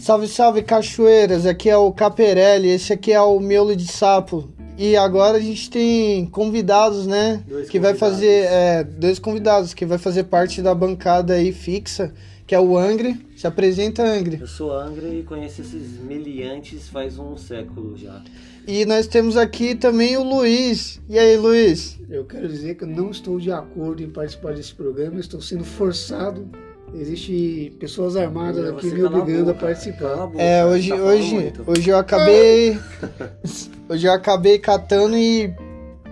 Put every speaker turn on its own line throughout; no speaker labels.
Salve, salve, cachoeiras! Aqui é o Caperelli, esse aqui é o Miolo de Sapo. E agora a gente tem convidados, né?
Dois
que vai
convidados.
fazer. é, dois convidados, que vai fazer parte da bancada aí fixa, que é o Angre. Se apresenta, Angre.
Eu sou Angra e conheço esses meliantes faz um século já.
E nós temos aqui também o Luiz. E aí, Luiz?
Eu quero dizer que eu não estou de acordo em participar desse programa, estou sendo forçado. Existem pessoas armadas
É, Você
Ah, tá, aqui me
cala a
obrigando a
boca, cala a
participar.
boca,
É,
tá
hoje,
falando
hoje,
muito.
hoje eu acabei. hoje eu acabei catando e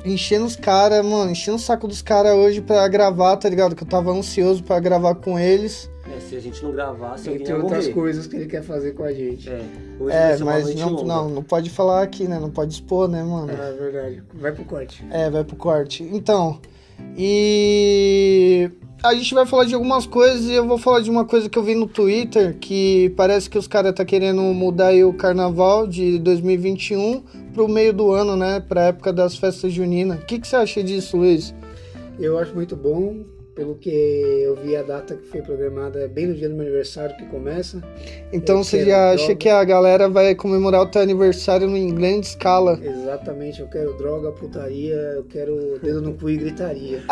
enchendo os caras, mano, enchendo o saco dos caras hoje pra gravar, tá ligado? Que eu tava ansioso pra gravar com eles.
É, se a gente não gravasse, alguém
Entre
ia
outras
morrer.
coisas que ele quer fazer com a gente.
É, hoje vai
é,
ser uma
mas
noite
não,
longa.
não, não pode falar aqui, né? Não pode expor, né, mano?
Ah, é verdade. Vai pro corte.
É, vai pro corte. Então, e a gente vai falar de algumas coisas e eu vou falar de uma coisa que eu vi no Twitter, que parece que os caras tá querendo mudar aí o carnaval de 2021 pro meio do ano, né, pra época das festas juninas. O que que você acha disso, Luiz?
Eu acho muito bom, pelo que eu vi a data que foi programada é bem no dia do meu aniversário que começa.
Então
Eu
você
quero
já acha
droga.
que a galera vai comemorar o teu aniversário no- em grande escala?
Exatamente, eu quero droga, putaria, eu quero dedo no cu e gritaria.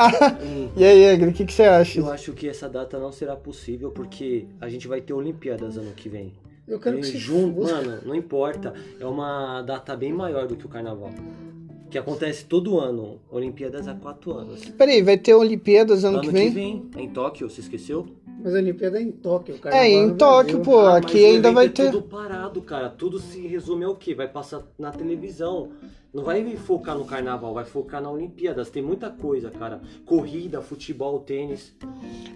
Hum,
E aí, Egre, o que que você acha?
Eu acho que essa data não será possível porque a gente vai ter Olimpíadas ano que vem.
Eu quero que
Em
se
junho,
foda.
mano, não importa. É uma data bem maior do que o carnaval. Que acontece todo ano. Olimpíadas há quatro anos.
Peraí, vai ter Olimpíadas ano,
ano
que vem?
é em Tóquio, você esqueceu?
Mas a Olimpíada é em Tóquio, cara.
É, em Tóquio, pô.
mas
aqui
o
ainda
evento
vai
é
ter.
tudo parado, cara. Tudo se resume ao quê? Vai passar na televisão. Não vai focar no carnaval, vai focar na Olimpíadas. Tem muita coisa, cara. Corrida, futebol, tênis.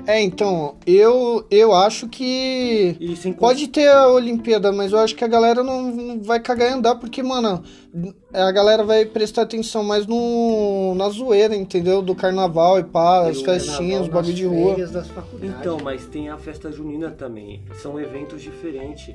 É, então, eu, eu acho que
E sem con-
Pode ter a Olimpíada, mas eu acho que a galera não, não vai cagar e andar, porque, mano, a galera vai prestar atenção mais no, na zoeira, entendeu? Do carnaval e pá,
E
as
o
festinhas, os
Nas
bagulho de rua.
férias Das faculdades.
Então, mas tem a festa junina também. São eventos diferentes.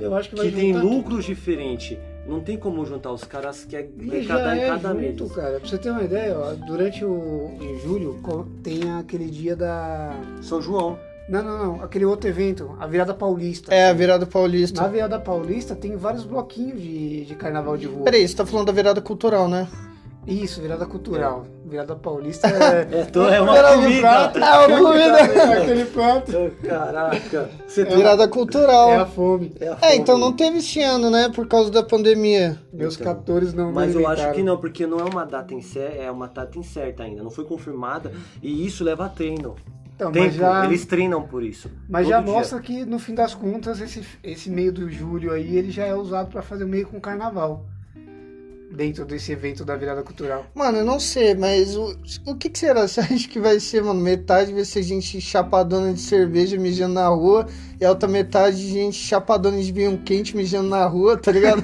eu acho que vai
Que tem
juntar tudo.
lucros diferentes. Não tem como juntar os caras que é
E já
cada,
é
cada mês.
junto, cara. Pra você ter uma ideia, ó, durante o em julho co- tem aquele dia da.
São João.
Não, não, não. Aquele outro evento, a virada paulista.
É, a virada
Na
paulista.
virada paulista tem vários bloquinhos de, de carnaval de rua.
Peraí, você tá falando da virada cultural, né?
Isso, virada cultural. Virada paulista é.
É, tô- é uma
Era um
comida.
prato. É uma comida.
aquele prato.
Ô, Caraca. Você tá-
Virada
É a
cultural.
fome.
a
É,
fome.
então não teve esse ano, né? Por causa da pandemia.
Meus
Então.
14 não me
Mas eu acho
alimentaram.
que não, porque não é uma data incerta, é uma data incerta ainda, não foi confirmada e isso leva a treino.
Então,
Tempo,
mas já,
eles treinam por isso.
mas
todo
já
dia.
mostra que no fim das contas esse, esse meio do julho aí ele já é usado pra fazer meio com carnaval dentro desse evento da virada cultural.
Mano, eu não sei, mas o, o que, que será? Você acha que vai ser, mano? Metade vai ser gente chapadona de cerveja mijando na rua e a outra metade gente chapadona de vinho quente mijando na rua, tá ligado?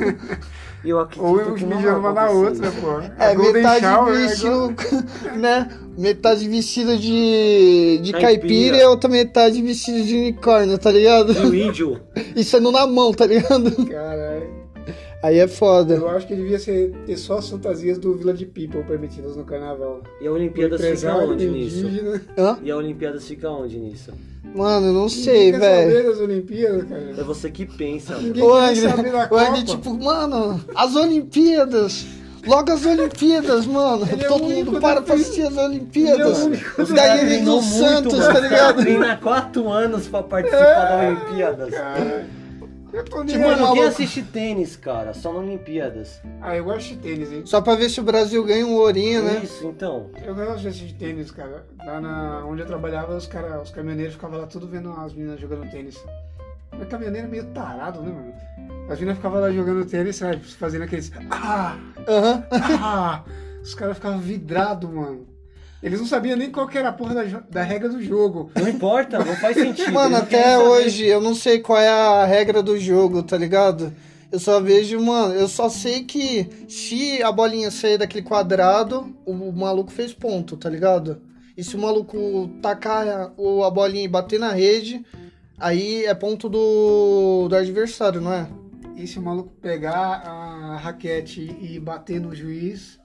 E eu acredito
Ou eu
que não vai
mijando uma na
acontecer
outra,
isso.
pô. A
É,
Golden
metade
Shower, a
vestido,
Golden-
né? Metade vestida de, de
Caipira.
caipira e a outra metade vestida de unicórnio, tá ligado?
Hum.
E o índio,
E sendo na mão, tá ligado?
Caralho.
Aí é foda.
Eu acho que devia ser, ter só as fantasias do Village People permitidas no carnaval.
e a Olimpíadas fica
Empresário,
onde nisso?
indígena.
Hã?
E a Olimpíadas fica onde nisso?
Mano, eu não sei,
Ninguém quer
velho.
saber das Olimpíadas, cara.
É você que pensa.
Ninguém
O
quer nem
Angra,
saber da
o Angra,
Copa.
tipo, mano, as Olimpíadas. Logo as Olimpíadas, mano.
Ele é o
Todo
único
mundo
da
para pra
tri-
assistir as
Ele é
Olimpíadas.
o único
Os
da- é
daí vem
Treinou
do
muito,
Santos,
mano.
tá ligado?
Treina há quatro anos pra participar da Olimpíadas.
Caralho. Eu tô nem
Tipo,
aí.
Mano, quem
maluco.
assiste tênis, cara? Só na Olimpíadas.
Ah, eu gosto de tênis, hein?
Só pra ver se o Brasil ganha um
É,
ourinho, né?
Isso, então.
Eu gosto de assistir tênis, cara. Lá na, onde eu trabalhava, os, cara, os caminhoneiros ficavam lá tudo vendo as meninas jogando tênis. Mas caminhoneiro é meio tarado, né, mano? As meninas ficavam lá jogando tênis, sabe? Fazendo aqueles. Ah!
Aham.
Ah! Os caras ficavam vidrados, mano. Eles não sabiam nem qual que era a porra da, jo- da regra do jogo.
Não importa, não faz sentido.
Mano,
Eles querem
até
saber.
hoje eu não sei qual é a regra do jogo, tá ligado? Eu só vejo, mano, eu só sei que se a bolinha sair daquele quadrado, o maluco fez ponto, tá ligado? E se o maluco tacar a, o- a bolinha e bater na rede, aí é ponto do, do adversário, não é?
E se o maluco pegar a raquete e bater no juiz,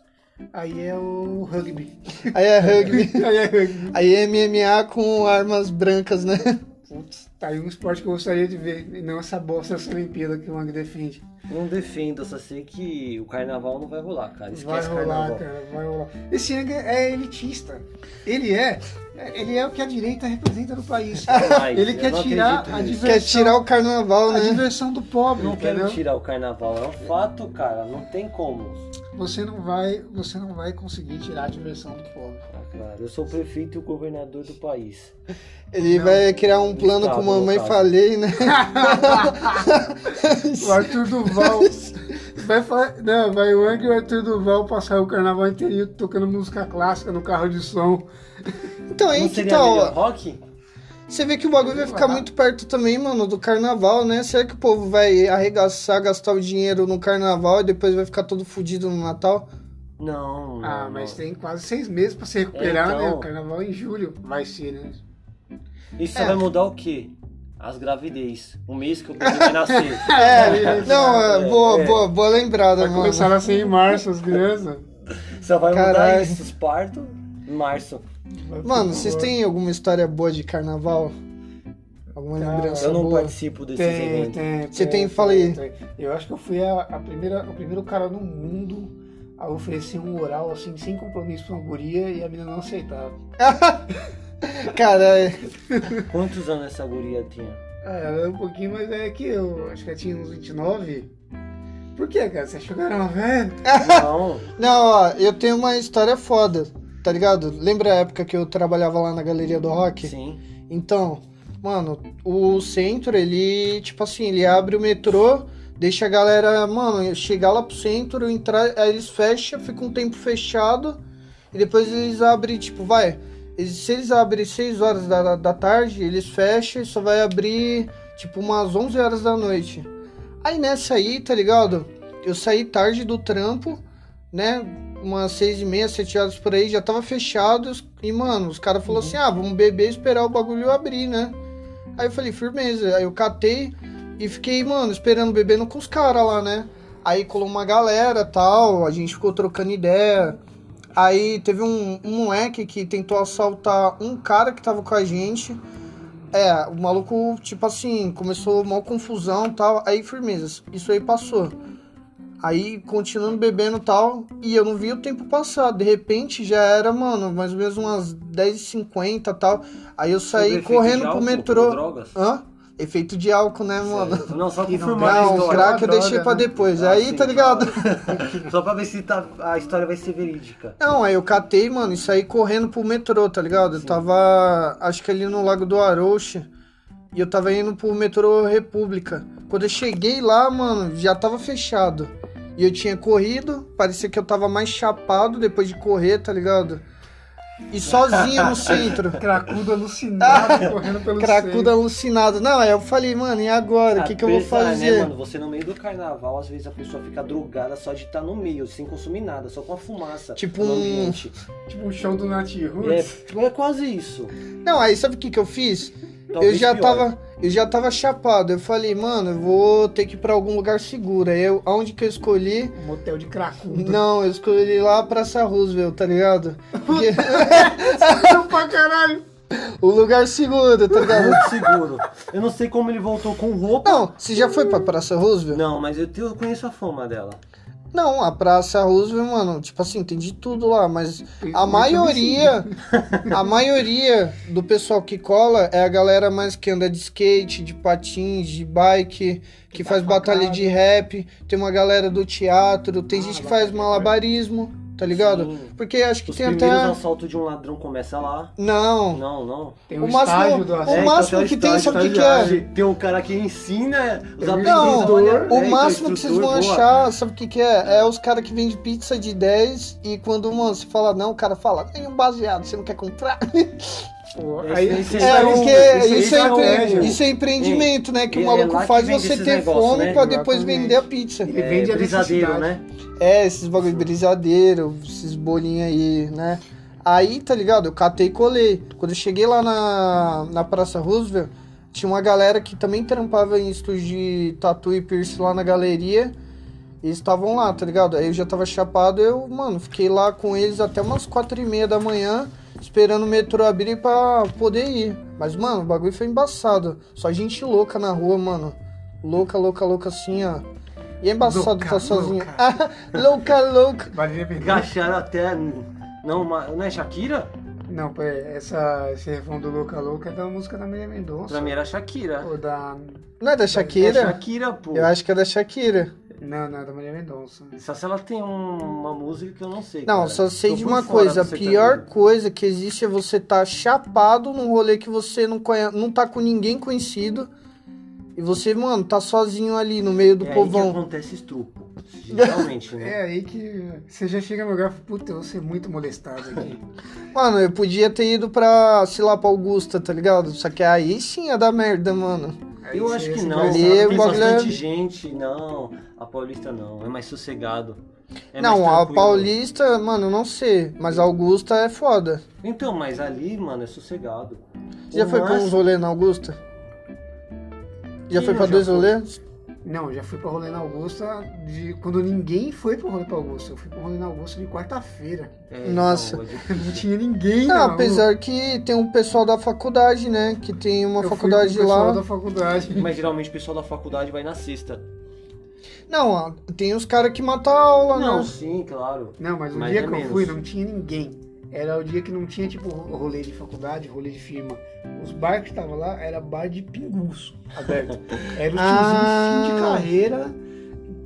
aí é o rugby.
Aí é rugby.
aí é rugby.
Aí é MMA com armas brancas, né?
Putz, Tá aí um esporte que eu gostaria de ver, e não essa bosta, essa Olimpíada que o Wang defende.
Não defendo, só sei que o carnaval não vai rolar, cara.
Vai
Esquece o
rolar,
carnaval.
cara, vai rolar. Esse Yang é elitista. Ele é, ele é o que a direita representa no país.
Ai,
ele
eu
quer
não
tirar
acredito
a
nisso.
Quer
diversão,
tirar o carnaval,
a
né?
diversão do pobre,
Não quero
entendeu?
tirar o carnaval, é um fato, cara. Não tem como.
Você não vai, você não vai conseguir tirar a diversão do pobre.
Ah, Claro, eu sou o prefeito e o governador do país.
Então, Ele vai criar um plano
Tá,
com mamãe
tá.
falei, né?
O Arthur Duval vai falar, não, vai o Ang e o Arthur Duval passar o carnaval inteiro tocando música clássica no carro de som.
Então aí
não
que
seria
tá,
melhor
ó.
rock?
Você vê que o bagulho vai ficar muito perto também, mano, do carnaval, né? Será que o povo vai arregaçar, gastar o dinheiro no carnaval e depois vai ficar todo fudido no Natal?
Não. não,
Ah,
não.
mas tem quase seis meses pra se recuperar,
É, então.
né? O carnaval é em julho vai ser, né?
Isso
É.
vai mudar o quê? As gravidez. O mês que o bebê vai nascer.
É, não, é,
é,
boa,
é.
boa, boa lembrada,
né? Vai
mano.
começar a ser em março as crianças.
Só vai mudar
Caralho.
isso. Os partos, em março.
Mano, vocês têm alguma história boa de carnaval? Alguma
Cara,
lembrança
Eu não
boa?
participo desses
Tem,
eventos.
tem.
Você tem, fala aí.
tem. Eu acho que eu fui a, a primeira, o primeiro cara no mundo a oferecer um oral assim, sem compromisso pra uma guria e a menina não aceitava.
Cara, é-
Quantos anos essa guria tinha?
Ah, ela era um pouquinho mais velha que eu. Acho que ela tinha uns 29. Por que, cara? Você achou que eu era uma velha?
Não.
não, ó, eu tenho uma história foda, tá ligado? Lembra a época que eu trabalhava lá na Galeria do Rock?
Sim.
Então, mano, o centro, ele, tipo assim, ele abre o metrô, deixa a galera, mano, chegar lá pro centro, entrar, aí eles fecham, fica um tempo fechado, e depois eles abrem, tipo, vai. eles- se eles abrem 6 horas da, da tarde, eles fecham e só vai abrir, tipo, umas 11 horas da noite. Aí nessa aí, tá ligado? Eu saí tarde do trampo, né? Umas seis e meia, sete horas por aí, já tava fechado. E, mano, os caras falaram assim: ah, vamos beber e esperar o bagulho abrir, né? Aí eu falei, firmeza. Aí eu catei e fiquei, mano, esperando, bebendo com os caras lá, né? Aí colou uma galera tal, a gente ficou trocando ideia. Aí teve um, um moleque que tentou assaltar um cara que tava com a gente. É, o maluco, tipo assim, começou uma confusão tal. Aí, firmeza, isso aí passou. Aí, continuando bebendo e tal, e eu não vi o tempo passar. De repente, já era, mano, mais ou menos umas 10h50 e tal. Aí eu saí
Sobre efeito
correndo
de
pro
álcool,
metrô.
com drogas?
Hã? Efeito de álcool, né, mano?
Certo. Não, só
E não
confirmar a
dá
Não, o
história.
crack eu
Droga,
deixei pra
né?
depois.
Ah,
aí,
sim,
tá ligado?
claro. Só pra ver se tá- a história vai ser verídica.
Não, aí eu catei, mano, e saí correndo pro metrô, tá ligado? Eu tava, acho que ali no Lago do Arouche. E eu tava indo pro metrô República. Quando eu cheguei lá, mano, já tava fechado. E eu tinha corrido, parecia que eu tava mais chapado depois de correr, tá ligado? E sozinho no centro.
Cracudo alucinado correndo pelo
Cracudo alucinado. Não, aí eu falei, mano, e agora? O que, que eu vou
Apesar,
fazer?
Né, mano, você no meio do carnaval, às vezes a pessoa fica drogada só de estar no meio, sem consumir nada, só com a fumaça.
Tipo
no
um-
ambiente.
centro. Tipo um show do Nat Roots.
É, é quase isso.
Não, aí sabe o que, que eu fiz?
Talvez
eu já
pior.
tava, eu já tava chapado. Eu falei, mano, eu vou ter que ir pra algum lugar seguro. Aí eu, aonde que eu escolhi?
Um motel de cracudo.
Não, eu escolhi lá a Praça Roosevelt, tá ligado? Porque-
Não pra caralho.
o lugar seguro, tá
É
ligado?
muito seguro. Eu não sei como ele voltou com roupa.
Não, você já foi pra Praça Roosevelt?
Não, mas eu, tenho, eu conheço a fama dela.
Não, a Praça Roosevelt, mano, tipo assim, tem de tudo lá, mas a
Principalmente
maioria, a maioria do pessoal que cola é a galera mais que anda de skate, de patins, de bike, que
tá
faz batalha
focado.
de rap, tem uma galera do teatro, tem
Ah,
gente que faz
batalha de
malabarismo, tá ligado?
Sim.
Porque acho que
Os
tem até.
primeiros assaltos de um ladrão começa lá.
Não.
Não, não.
Tem um
O máximo,
estágio do
o
assalto.
máximo
então
que
tem
tem,
o
sabe o que, que
estágio,
é?
Tem- Tem um cara que ensina os
Não,
aprendizados, olha,
O
né,
máximo que vocês vão
instrutor, boa.
achar, sabe o que, que é? É os caras que vendem pizza de 10 e quando mano, você fala não, o cara fala, tem um baseado, você não quer comprar?
Pô,
Esse-
aí-
esse-
isso
É,
aí- um-
porque
isso aí
isso,
é
é,
estratégia.
empre... isso é empreendimento, né? Que
E
o
é
maluco
lá que
faz
vende
você
esses
ter
negócios,
fome
né?
pra depois
Exatamente.
vender a pizza.
Ele vende a
É, brisadeiro,
necessidade.
né?
É, esses bagulho brisadeiro, esses bolinhos aí, né? Aí, tá ligado? Eu catei e colei. Quando eu cheguei lá na, na Praça Roosevelt, tinha uma galera que também trampava em estúdio de tatu e piercing lá na galeria. E eles estavam lá, tá ligado? Aí eu já tava chapado, eu, mano, fiquei lá com eles até umas quatro e meia da manhã, esperando o metrô abrir pra poder ir. Mas Mas, mano, o bagulho foi embaçado. Só gente louca na rua, mano. Louca, louca, louca assim, ó. E é embaçado
Louca,
tá sozinho.
louca.
Ah, louca, louca.
Valeria Bernardo.
Gacharam até. Não, ma- não é Shakira?
Não, peraí, essa, esse refrão do Louca Louca é da música da Maria Mendonça.
Pra mim tá. era Shakira.
Ou da.
Não é da Shakira?
Shakira, pô.
Eu acho que é da Shakira.
Não, não, é da Maria Mendonça.
Só se ela tem um- uma música que eu não sei.
Não,
cara.
só sei
Tô
de
por
uma
fora
coisa. A
do
pior
sertanejo.
coisa que existe é você tá chapado num rolê que você não, conhe... não tá com ninguém conhecido. E você, mano, tá sozinho ali no meio do
É aí que
povão.
acontece estrupo. Geralmente, né?
É aí que você já chega no lugar e fala, puta, eu vou ser muito molestado aqui.
Mano, eu podia ter ido pra, sei lá, pra Augusta, tá ligado? Só que aí sim ia dar merda, mano.
Aí
Eu
você-
acho que
você
não.
vai-
vai-
Ali é
tem
bagulho-
bastante gente. Não, a Paulista não. É mais sossegado. É mais
não, a
tranquilo.
Paulista, mano, eu não sei. Mas a Augusta é foda.
Então, mas ali, mano, é sossegado.
Você já
O
foi pra uns
máximo-
rolê na Augusta? Já
Sim,
foi
eu
pra
já
dois
fui.
rolês?
Não, eu já fui pra rolê na Augusta de... quando ninguém foi pra rolê pra Augusta. Eu fui pra rolê na Augusta de quarta-feira.
É,
Nossa.
então, é
Não
difícil.
tinha ninguém
Não,
na rua.
apesar que tem um pessoal da faculdade, né? Que tem uma
Eu fui com o
faculdade
pessoal
lá.
da faculdade.
mas geralmente o pessoal da faculdade vai na sexta.
Não, ó, tem os caras que matam a aula,
Não,
né?
sim, claro.
Não, mas o
Mais
dia
ou
que eu
menos.
fui não tinha ninguém. Era o dia que não tinha, tipo, rolê de faculdade, rolê de firma. Os bar que estavam lá era bar de pinguço aberto. Era o tiozinho
Ah.
fim de carreira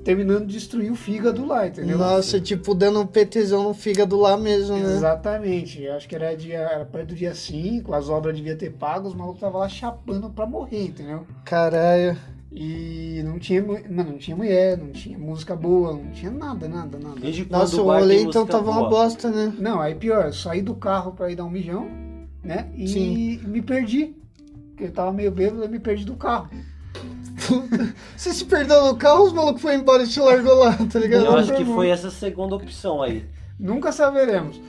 terminando de destruir o fígado lá, entendeu?
Nossa, tipo, dando um PTzão no fígado lá mesmo, né?
Exatamente. Eu Acho que era, dia, era perto do dia 5, as obras deviam ter pago, os malucos estavam lá chapando pra morrer, entendeu?
Caralho.
E não tinha, mu- mano, não tinha mulher, não tinha música boa, não tinha nada, nada, nada.
Desde quando
Nossa,
o
o
bar
rolê
tem
então
música
tava uma
boa?
bosta, né?
Não, aí pior, eu saí do carro pra ir dar um mijão, né? E
Sim.
me perdi. Porque eu tava meio bêbado, eu me perdi do carro.
Você se perdeu no carro, os malucos foram embora e te largou lá, tá
Eu
ligado?
acho que foi essa segunda opção aí.
Nunca saberemos.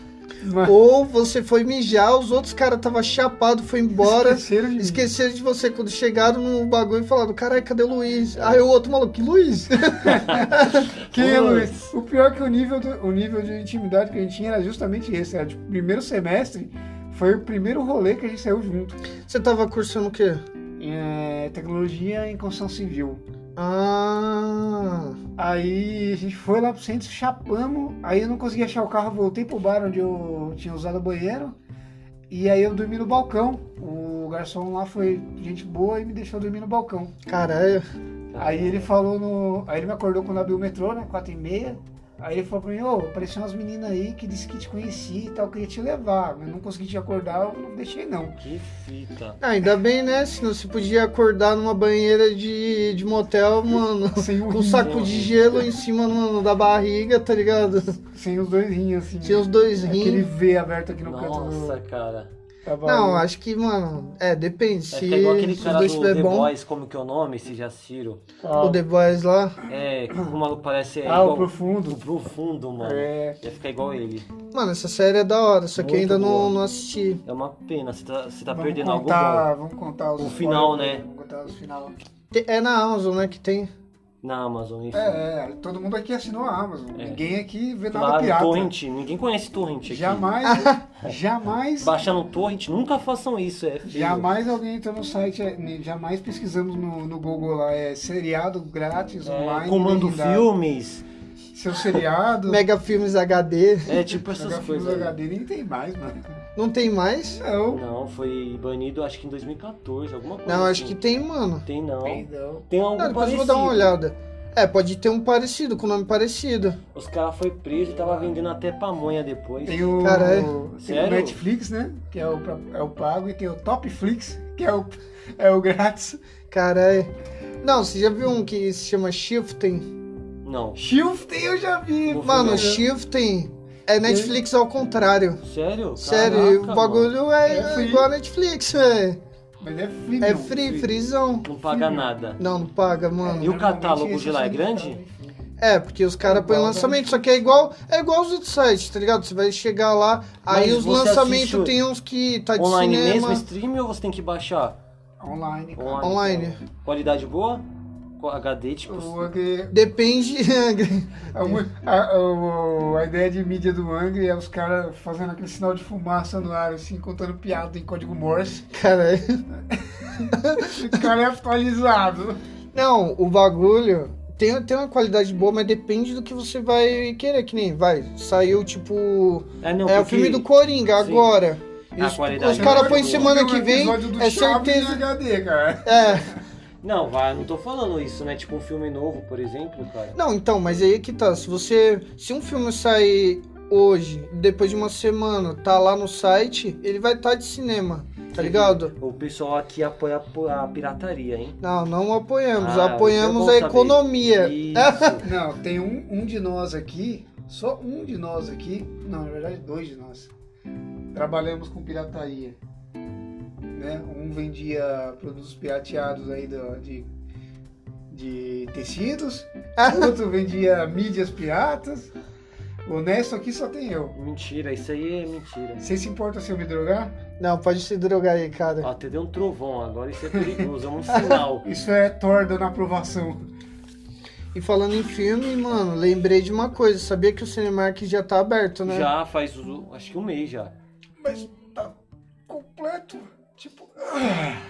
Mas
Ou você foi mijar, os outros caras tava chapado, foi embora.
esqueceram de mim.
Esqueceram de você quando chegaram no bagulho e falaram, caralho, cadê o Luiz? Aí o outro maluco, que Luiz?
Quem é
Putz.
Luiz? O pior é que o nível, do- o nível de intimidade que a gente tinha era justamente esse. Era tipo, primeiro semestre foi o primeiro rolê que a gente saiu junto.
Você tava cursando o quê?
É, tecnologia em construção civil.
Ah.
Aí a gente foi lá pro centro, chapamos. Aí eu não consegui achar o carro, voltei pro bar onde eu tinha usado o banheiro. E aí eu dormi no balcão. O garçom lá foi gente boa e me deixou dormir no balcão.
Caralho. Ah, é.
Aí ele falou no. Aí ele me acordou quando abriu o metrô, né? 4 e meia. Aí ele falou pra mim, ô, apareceu umas meninas aí que disse que te conhecia e tal, queria te levar. Mas não consegui te acordar, eu não deixei não.
Que fita.
Ah, ainda bem, né? Senão você podia acordar numa banheira de, de motel, mano.
Sem, o
Com um
rim,
saco de gelo em cima, mano, da barriga, tá ligado?
sem os dois rins, assim.
Tinha os dois
Aquele
rins.
V aberto aqui no
Nossa,
canto
cara.
do. da
Não,
barriga.
acho que, mano, é, depende.
É
Se,
que é igual aquele
se
cara
os dois
do
estiver
The
bom,
Boys, como que é o nome? Esse Jaciro.
o
Ah,
The Boys lá.
É, que o maluco parece é,
Ah, o
igual
profundo.
o profundo, mano.
É.
Ia ficar igual ele.
Mano, essa série é da hora, só que eu
Muito
ainda não,
boa.
não assisti.
É uma pena, você tá, você tá
Vamos
perdendo algo
contar, Vamos contar os
O final, né?
Vamos contar os final.
Te- É na Amazon, né, que tem.
bom na Amazon. Enfim.
É, é, todo mundo aqui assinou a Amazon. Ninguém aqui vê nada
É. Claro,
pirata.
Torrent. Ninguém conhece Torrent aqui.
Jamais, jamais,
Baixar no Torrent, nunca façam isso, é feio.
jamais alguém entrou no site, é, nem- jamais pesquisamos no, no Google lá, é seriado grátis
É,
online.
comando
legendado.
filmes.
Seu seriado,
Mega Filmes HD.
É tipo
jogar
essas
filme
coisas. aí.
HD, nem tem mais, mano. Então,
Não tem mais?
Não,
Não, foi banido acho que em 2014, alguma coisa.
Não, acho que
assim.
tem, mano.
Tem não.
tem não.
Tem algum
Ah, depois eu vou
parecido.
dar uma olhada. É, pode ter um parecido, com nome parecido.
Os caras foi preso e tava vendendo até pamonha depois.
Tem o,
Caralho.
tem o
Sério?
Netflix, né? Que é o, pra- é o pago, e tem o Topflix, que é o, é o grátis.
Caralho. Não, você já viu um que se chama Shifting?
Não.
Shifting eu já vi,
Vou
Mano,
Não.
Shifting é Netflix ao contrário.
Sério?
Sério,
Caraca,
o bagulho
É
é,
free.
igual a Netflix, velho.
Mas é free,
É
meu.
free, freezão.
mano. Não paga nada.
Não, não paga, mano.
E o catálogo
Normalmente
de lá é
esse
grande?
significado, enfim.
É, porque os caras põem lançamento, só que é igual, é igual os outros sites, tá ligado? Você vai chegar lá, aí
Mas
os
você
lançamentos
assiste
tem uns que tá de
Online
cinema.
mesmo, stream ou você tem que baixar?
Online, cara.
Online.
então. Qualidade boa? com HD, tipo.
O Angry,
Depende.
a, é mu- a- o- a ideia de mídia do Angry é os caras fazendo aquele sinal de fumaça no ar, assim, contando piada em código Morse.
Cara,
O cara é atualizado.
não, o bagulho tem, tem uma qualidade boa, mas depende do que você vai querer. Que nem vai. Saiu tipo.
É, não,
é o
porque-
filme do Coringa
Sim.
agora.
A
Os,
qualidade
os caras
é
põem
boa.
semana
Tem um
que vem,
episódio do
é
Chaves em
né?
certeza.
HD, cara.
É.
Não, vai, não tô falando isso, né? Tipo um filme novo, por exemplo, cara.
Não, então, mas aí que tá. Se você. Se um filme sair hoje, depois de uma semana, tá lá no site, ele vai estar de cinema. Tá ligado?
O pessoal aqui apoia a po- a pirataria, hein?
Não, não apoiamos.
Ah,
apoiamos
isso
a
é bom saber.
economia.
Isso.
Não, tem um, um de nós aqui, só um de nós aqui, não, na verdade dois de nós, trabalhamos com pirataria. Né? Um vendia produtos pirateados aí do- de, de tecidos, outro vendia mídias piratas. O Nesto aqui só tem eu.
Mentira, isso aí é mentira.
Você se importa se eu me drogar?
Não, pode se drogar aí, cara.
Ó, até deu um trovão agora, isso é perigoso, é um sinal.
Isso é torda na aprovação.
E falando em filme, mano, lembrei de uma coisa. Sabia que o Cinemark já tá aberto, né?
Já faz, o- acho que um mês já.
Mas tá completo. Tipo.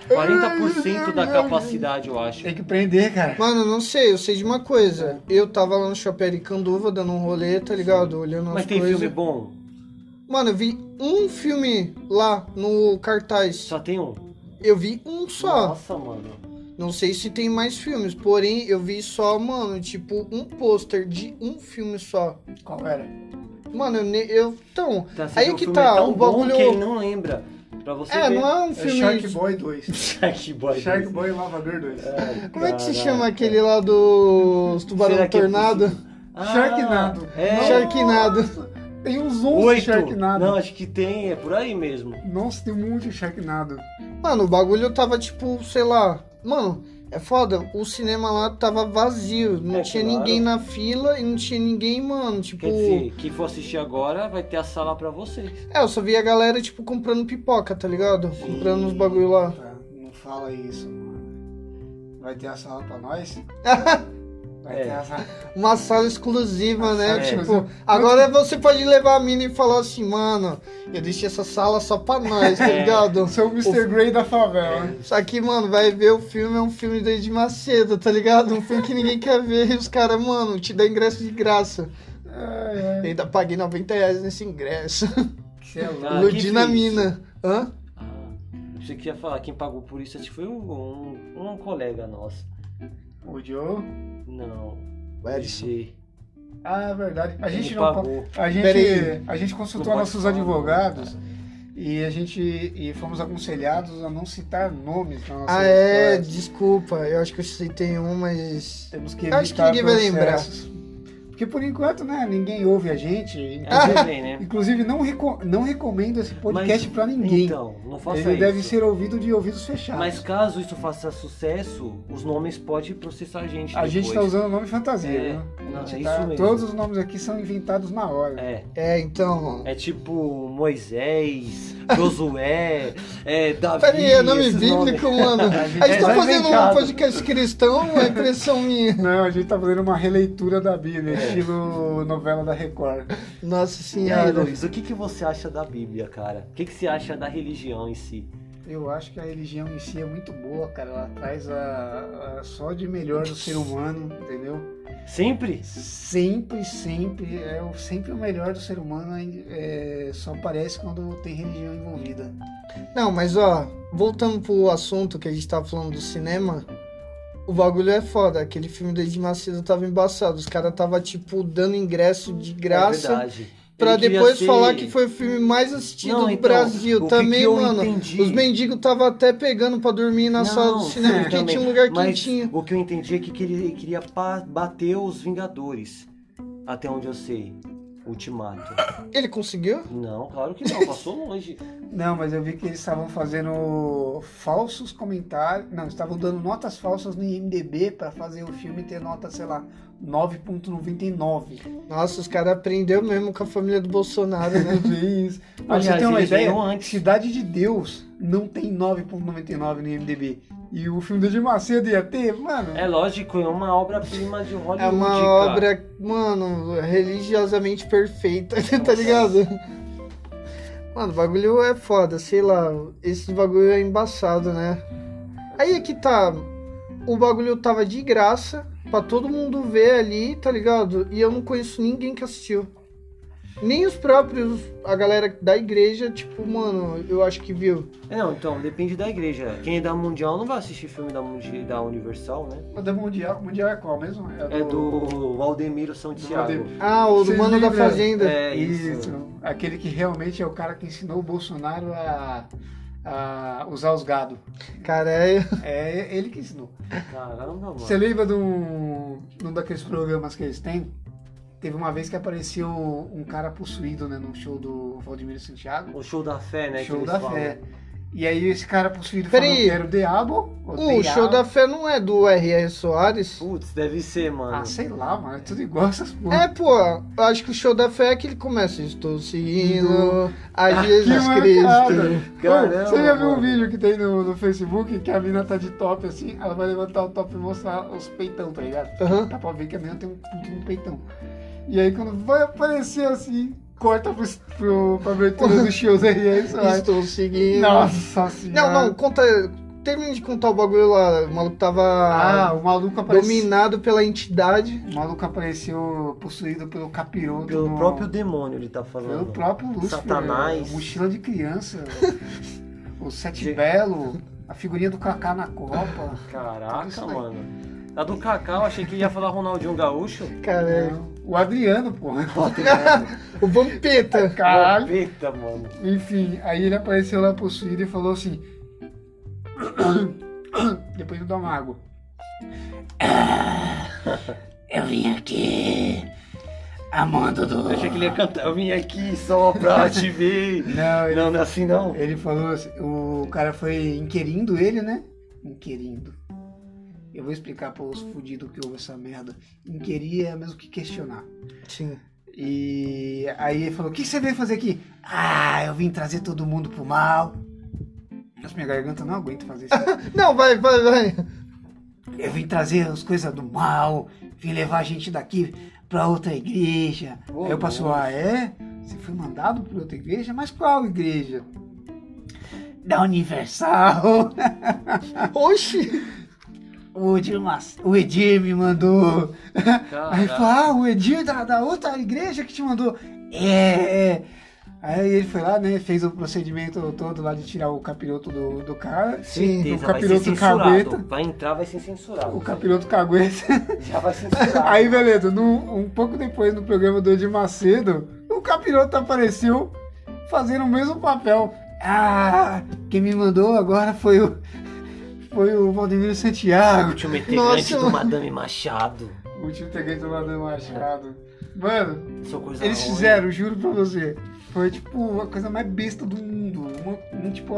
40% da capacidade, eu acho.
É,
Tem que prender, cara.
Mano, não sei, eu sei de uma coisa. Eu tava lá no Shopping Aricanduva dando um rolê, tá ligado? Olhando
Mas
as
tem
coisas.
filme bom?
Mano, eu vi um filme lá no cartaz.
Só tem um.
Eu vi um só.
Nossa, mano.
Não sei se tem mais filmes, porém eu vi só, mano, tipo um pôster de um filme só.
Qual era?
Mano, eu, ne- eu então,
Tá, você
aí
vê, o
que
filme
tá,
é tão
o
bom
bagulho
que ele não lembra. Pra você
É,
ver.
não é um
É
filme
Shark Boy 2.
Shark Boy.
Shark Boy e Lavador 2.
Ai,
Como é que se
caraca.
chama aquele lá dos Tubarão
Será que é
Tornado?
possível? Ah,
Sharknado.
É.
Sharknado.
Tem uns 11 de
Oito.
Sharknado.
Não, acho que tem, é por aí mesmo.
Nossa, tem um monte de Sharknado.
Mano, o bagulho tava tipo, sei lá. Mano, é foda. O cinema lá tava vazio. Não
É,
tinha
claro.
ninguém na fila e não tinha ninguém, mano. Tipo.
Quer dizer, quem for assistir agora vai ter a sala pra vocês.
É, eu só vi a galera, tipo, comprando pipoca, tá ligado? Comprando uns bagulho lá.
Tá, não fala isso, mano. Vai ter a sala pra nós? Vai
É.
ter a sala.
Uma sala exclusiva, né?
sala
tipo,
exclusiva.
agora você pode levar a mina e falar assim, mano, eu deixei essa sala só pra nós, tá
É.
ligado?
Você é o Mr. Grey da favela. né?
Só que, mano, vai ver o filme, é um filme do Edir Macedo, tá ligado? Um filme que ninguém quer ver e os caras, mano, te dá ingresso de graça.
É. Ai, ai.
Ainda paguei 90 reais nesse ingresso.
Você é louco.
Ah,
Ludinamina. Hã?
Ah, você queria falar, quem pagou por isso acho que foi um, um, um colega nosso.
O Joe.
Não.
O Edson.
G.
Ah, é verdade. A gente
Ele
não. pa-
pagou.
A
Pera
gente,
aí.
a gente consultou
Não pode
nossos
falar,
advogados e a gente e fomos aconselhados a não citar nomes na nossa
Ah, é,
história.
desculpa. Eu acho que eu citei um, mas.
Temos que
Eu acho que
evitar
ninguém vai
processos. Porque por enquanto, né, ninguém ouve a gente. Inclusive,
É, bem, né?
inclusive, não, reco- não recomendo esse podcast
Mas-
pra ninguém.
Então, não faça
Ele
isso.
deve ser ouvido de ouvidos fechados.
Mas caso isso faça sucesso, os nomes podem processar a gente.
a gente tá
depois.
usando o nome fantasia,
É,
né? A
não,
gente
é
tá-
isso mesmo.
Todos os nomes aqui são inventados na hora.
É.
É, então.
É tipo Moisés, Josué, é, Davi.
Pera aí, é nome
esses nomes.
bíblico, mano. A gente tá
É,
fazendo um
inventado.
podcast cristão, é impressão minha.
Não, a gente tá fazendo uma releitura da Bíblia,
É.
estilo novela da Record.
Nossa
E aí,
senhora.
Luiz, o que, que você acha da Bíblia, cara? O que, que você acha da religião em si?
Eu acho que a religião em si é muito boa, cara. Ela traz a, a- só de melhor do ser humano, entendeu?
Sempre?
Sempre, sempre é o, sempre o melhor do ser humano. É, só aparece quando tem religião envolvida.
Não, mas ó, voltando pro assunto que a gente tava falando do cinema, o bagulho é foda. Aquele filme do Edir Macedo tava embaçado. Os caras tava, tipo, dando ingresso de
É
graça.
verdade.
Pra
Ele queria
depois
ser-
falar que foi o filme mais assistido
Não,
do
então, o
Brasil.
que
Também,
que eu
mano.
entendi?
Os mendigos tava até pegando pra dormir na
Não,
sala do cinema,
sim,
porque
também.
tinha um lugar
Mas
quentinho.
O que eu entendi é que que ele queria pa- bater os Vingadores. Até onde eu sei. Ultimato.
Ele conseguiu?
Não, claro que não, passou longe.
Não, mas eu vi que eles estavam fazendo falsos comentários. Não, estavam dando notas falsas no IMDB pra fazer o filme ter nota, sei lá, 9.99.
Nossa, os caras aprendeu mesmo com a família do Bolsonaro, né?
Isso. Pra
Aliás,
você ter uma
eles
ideia,
ganham antes.
Cidade de Deus não tem 9.99 no IMDB. E o filme do Edir Macedo ia ter, mano.
É lógico, é uma obra-prima de Hollywood.
É uma
cara.
obra, mano, religiosamente perfeita, tá ligado? Mano, o bagulho é foda, sei lá. Esse bagulho é embaçado, né? Aí é que tá. O bagulho tava de graça pra todo mundo ver ali, tá ligado? E eu não conheço ninguém que assistiu. Nem os próprios, a galera da igreja, tipo, mano, eu acho que viu.
É, Não, então, depende da igreja. Quem é da Mundial não vai assistir filme da, Mundi- da Universal, né?
Mas da Mundial, Mundial é qual mesmo?
É do Aldemiro Santiago.
Aldemiro.
Ah, o do
Vocês
mano da
lembram?
fazenda.
É
isso.
isso.
Aquele que realmente é o cara que ensinou o Bolsonaro a, a usar os gado.
Caralho.
É ele que ensinou.
Caramba, mano.
Você lembra de um, de um daqueles programas que eles têm? Teve uma vez que apareceu um cara possuído, né, num show do Valdemiro Santiago.
O show da fé, né? que
show
eles
da
falam.
fé. E aí esse cara possuído
Peraí.
falou que era o diabo.
O show da fé não é do R.R. Soares?
Putz, deve ser, mano.
Ah, sei lá, mano. É tudo igual essas porra.
É, pô, eu acho que o show da fé é que ele começa. Estou seguindo a Jesus
mancada.
Cristo.
Caramba,
Você já viu um
mano.
vídeo que tem no, no Facebook que a mina tá de top assim, ela vai levantar o top e mostrar os peitão, tá ligado?
Aham.
Dá pra ver que a mina tem um puto no peitão. E aí quando vai aparecer assim, corta pro, pro, pra abertura dos shows aí, aí você vai.
Estou seguindo.
Nossa senhora.
Não, não, conta. Termina de contar o bagulho lá. O maluco tava
Ah, o maluco apareceu.
dominado pela entidade.
O maluco apareceu possuído pelo capiroto.
Pelo
no-
próprio demônio ele tá
Pelo
falando.
próprio Lúcifer.
Satanás.
Mochila de criança. o Sete
Gente.
Belo. A figurinha do Kaká na Copa. Tudo
Caraca,
isso daí.
mano. A do Cacau, achei que ia falar Ronaldinho Gaúcho.
Caralho.
É, O Adriano, porra.
é o Vampeta.
Caralho.
Eita, mano.
Enfim, aí ele apareceu lá possuído e falou assim. Depois eu dou uma água. Eu vim aqui. Amando do.
Eu achei que ele ia cantar. Eu vim aqui só pra te ver.
Não, ele,
Não, não é assim não.
ele falou assim. O cara foi inquirindo ele, né? Inquirindo. Eu vou explicar para os fudidos que ouvem essa merda. Inquirir é mesmo que questionar.
Sim.
E aí ele falou: O que você veio fazer aqui? Ah, eu vim trazer todo mundo pro mal. Nossa, minha garganta não aguenta fazer isso.
Não, vai, vai, vai.
eu vim trazer as coisas do mal, vim levar a gente daqui pra outra igreja.
Ô,
aí eu passou:
nossa.
Ah, é? Você foi mandado pra outra igreja? Mas qual igreja? Da Universal.
Oxi.
O Edir, Mas- o Edir me mandou. Aí ele
Caraca.
falou, ah, o Edir da, da outra igreja que te mandou. É, é. Aí ele foi lá, né, fez o procedimento todo lá de tirar o capiroto do, do cara.
Certeza,
o
vai ser
capiroto
censurado.
cagueta.
Vai entrar, vai ser censurado.
O capiroto cagueta.
Já vai censurado.
Aí, beleza, no- um pouco depois no programa do Edir Macedo, o capiroto apareceu fazendo o mesmo papel. Ah, quem me mandou agora foi o, foi o Valdemiro Santiago.
Último integrante
Nossa,
do
mano.
Madame Machado.
O último integrante do Madame Machado. Mano,
Sou é coisa
Eles
ruim.
fizeram, juro pra você. Foi tipo a coisa mais besta do mundo. Uma- um, tipo,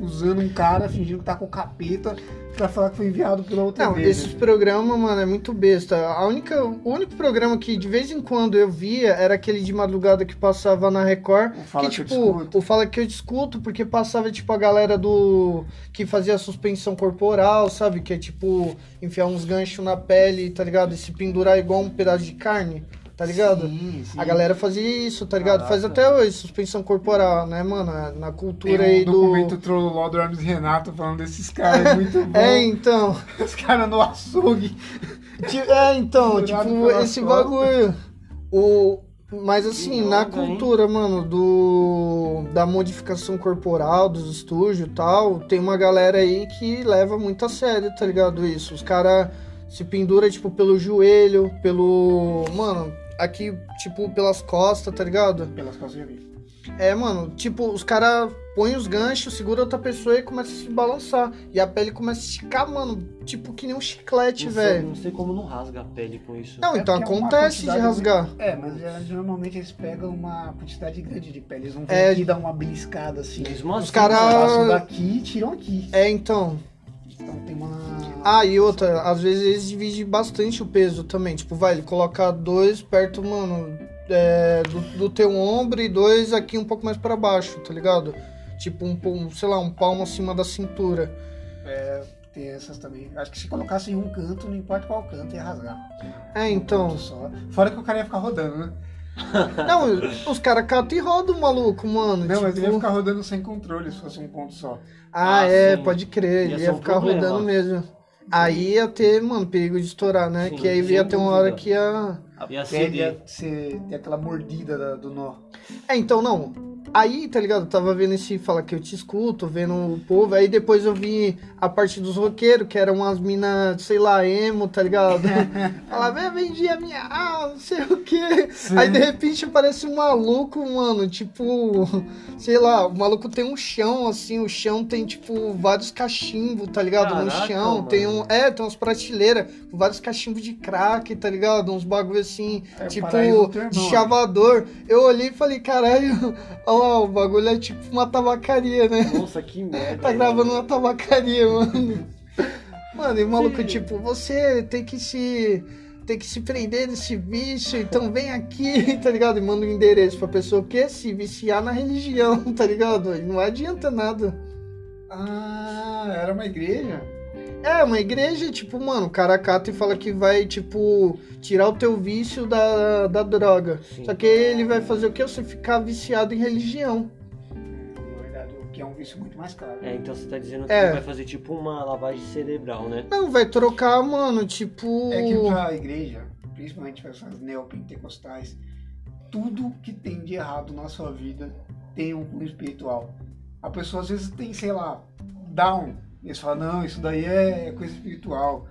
usando um cara fingindo que tá com capeta pra falar que foi enviado pela outra né?
Não,
igreja.
esses programas, mano, é muito besta. A única, o único programa que de vez em quando eu via era aquele de madrugada que passava na Record.
O Fala Que Eu
tipo,
Discuto.
o Fala que eu discuto, porque passava, tipo, a galera do. que fazia suspensão corporal, sabe? Que é tipo, enfiar uns ganchos na pele, tá ligado? E se pendurar igual um pedaço de carne, tá ligado?
Sim, sim.
A galera fazia isso, tá ligado? Faz
Caraca.
até hoje, suspensão corporal, né, mano? Na
Tem
cultura
um
aí do.
documento trolloló do Hermes Renato falando desses caras, é muito bom.
É, então.
Os caras no açougue.
Ti- É, então,
Jurado
tipo,
pelas
esse
costas.
bagulho. O, mas assim,
Que
na
droga, hein?
cultura, mano, do da modificação corporal, dos estúdios e tal, tem uma galera aí que leva muito a sério, tá ligado? Isso. Os caras se pendura, tipo, pelo joelho, pelo. Mano, aqui, tipo, pelas costas, tá ligado?
Pelas costas de mim.
É, mano, tipo, os caras põem os ganchos, segura outra pessoa e começa a se balançar. E a pele começa a esticar, mano, tipo que nem um chiclete,
Não sei-
velho.
Não sei como não rasga a pele com isso.
Não,
É
então
porque é uma
acontece de
quantidade
rasgar.
É, mas é, normalmente eles pegam uma quantidade grande de pele. Eles não vêm
É.
aqui dar uma beliscada assim. Eles
Mesmo assim,
Os cara-
mano.
passam daqui e tiram aqui.
É, então.
Então tem uma.
Ah, e outra, às vezes eles dividem bastante o peso também. Tipo, vai, ele coloca dois perto, mano, é, do, do teu ombro e dois aqui um pouco mais pra baixo, tá ligado? Tipo, um, pom- sei lá, um palmo acima da cintura.
ter essas também. Acho que se colocasse em um canto, não importa qual canto, ia rasgar.
É,
Um
então.
canto só. Fora que o cara ia ficar rodando, né?
Não, os caras catam e rodam o maluco, mano.
Não, mas ele ia
tipo-
ficar rodando sem controle se fosse um ponto só.
Ah,
Ah,
é,
sim.
pode crer,
Ia
ele
ser
ia
um
ficar
problema.
rodando mesmo. Aí ia ter, mano, perigo de estourar, né?
Sim,
que aí
sem
ia ter uma hora
dúvida.
que ia.
Ia
E aí
ceder.
ia ser- ter aquela mordida da- do nó.
É, então não. Aí, tá ligado? Eu tava vendo esse Fala Que Eu Te Escuto, vendo o povo. Aí depois eu vi a parte dos roqueiros, que eram umas minas, sei lá, emo, tá ligado? Falava, eu vendi a minha alma, não sei o quê. Aí de repente parece um maluco, mano, tipo, sei lá, o maluco tem um chão, assim, o chão tem, tipo, vários cachimbos, tá ligado? no
Caraca,
chão, tem um.
mano.
É, tem umas prateleiras, com vários cachimbos de crack, tá ligado? Uns bagulho assim,
É o
tipo,
paraíso do teu
de
irmão,
chavador. Eu olhei e falei, caralho, olha lá, o bagulho é tipo uma tabacaria, né?
Nossa, que merda.
Tá
hein?
gravando uma tabacaria, mano. Mano, e o maluco, tipo, você tem que se. Tem que se prender desse vício, então vem aqui, tá ligado? E manda um endereço pra pessoa que é se viciar na religião, tá ligado? E não adianta nada.
Ah, era uma igreja?
É, uma igreja, tipo, mano, o cara cata e fala que vai, tipo, tirar o teu vício da, da droga.
Sim.
Só que ele vai fazer o quê? Você ficar viciado em religião.
Na verdade, o que é um vício muito mais caro.
É, então você tá dizendo que
É.
vai fazer tipo uma lavagem cerebral, né?
Não, vai trocar, mano, tipo.
É que pra igreja, principalmente pra essas neopentecostais, tudo que tem de errado na sua vida tem um cunho espiritual. A pessoa às vezes tem, sei lá, down. Eles falam, não, isso daí é coisa espiritual.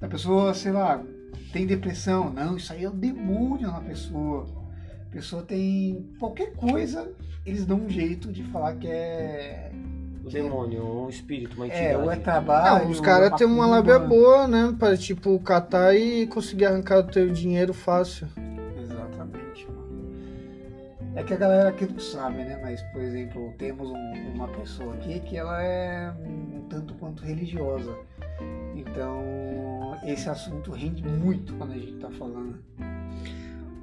A pessoa, sei lá, tem depressão. Não, isso aí é o demônio na pessoa. A pessoa tem qualquer coisa, eles dão um jeito de falar que é.
O demônio, um espírito, uma entidade.
É, ou é trabalho.
Não, os
ou
caras
é
têm uma
macumba.
lábia boa, né? Pra, tipo, catar e conseguir arrancar o teu dinheiro fácil.
Exatamente, mano. É que a galera aqui não sabe, né? Mas, por exemplo, temos um- uma pessoa aqui que ela é um tanto quanto religiosa. Então, esse assunto rende muito quando a gente tá falando.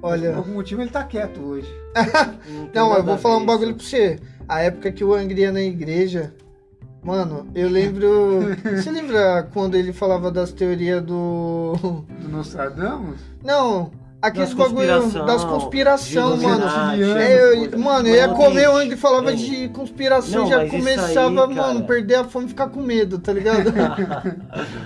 Por
Olha.
algum motivo ele tá quieto hoje.
tem
Não,
nada
eu vou
a
falar
ver
um bagulho
isso.
pra você. A época que o Angry ia na igreja. Mano, eu lembro. você lembra quando ele falava das teorias do.
Do Nostradamus?
Não, aqueles
Das
é bagulho
conspiração,
das conspiração,
de
mano.
Illuminati,
É, eu-
essas
mano, eu
coisas.
ia
Mas,
comer
gente,
onde falava
ei,
de conspiração,
Não,
já
mas isso aí,
começava, mano,
cara.
perder a fome e ficar com medo, tá ligado?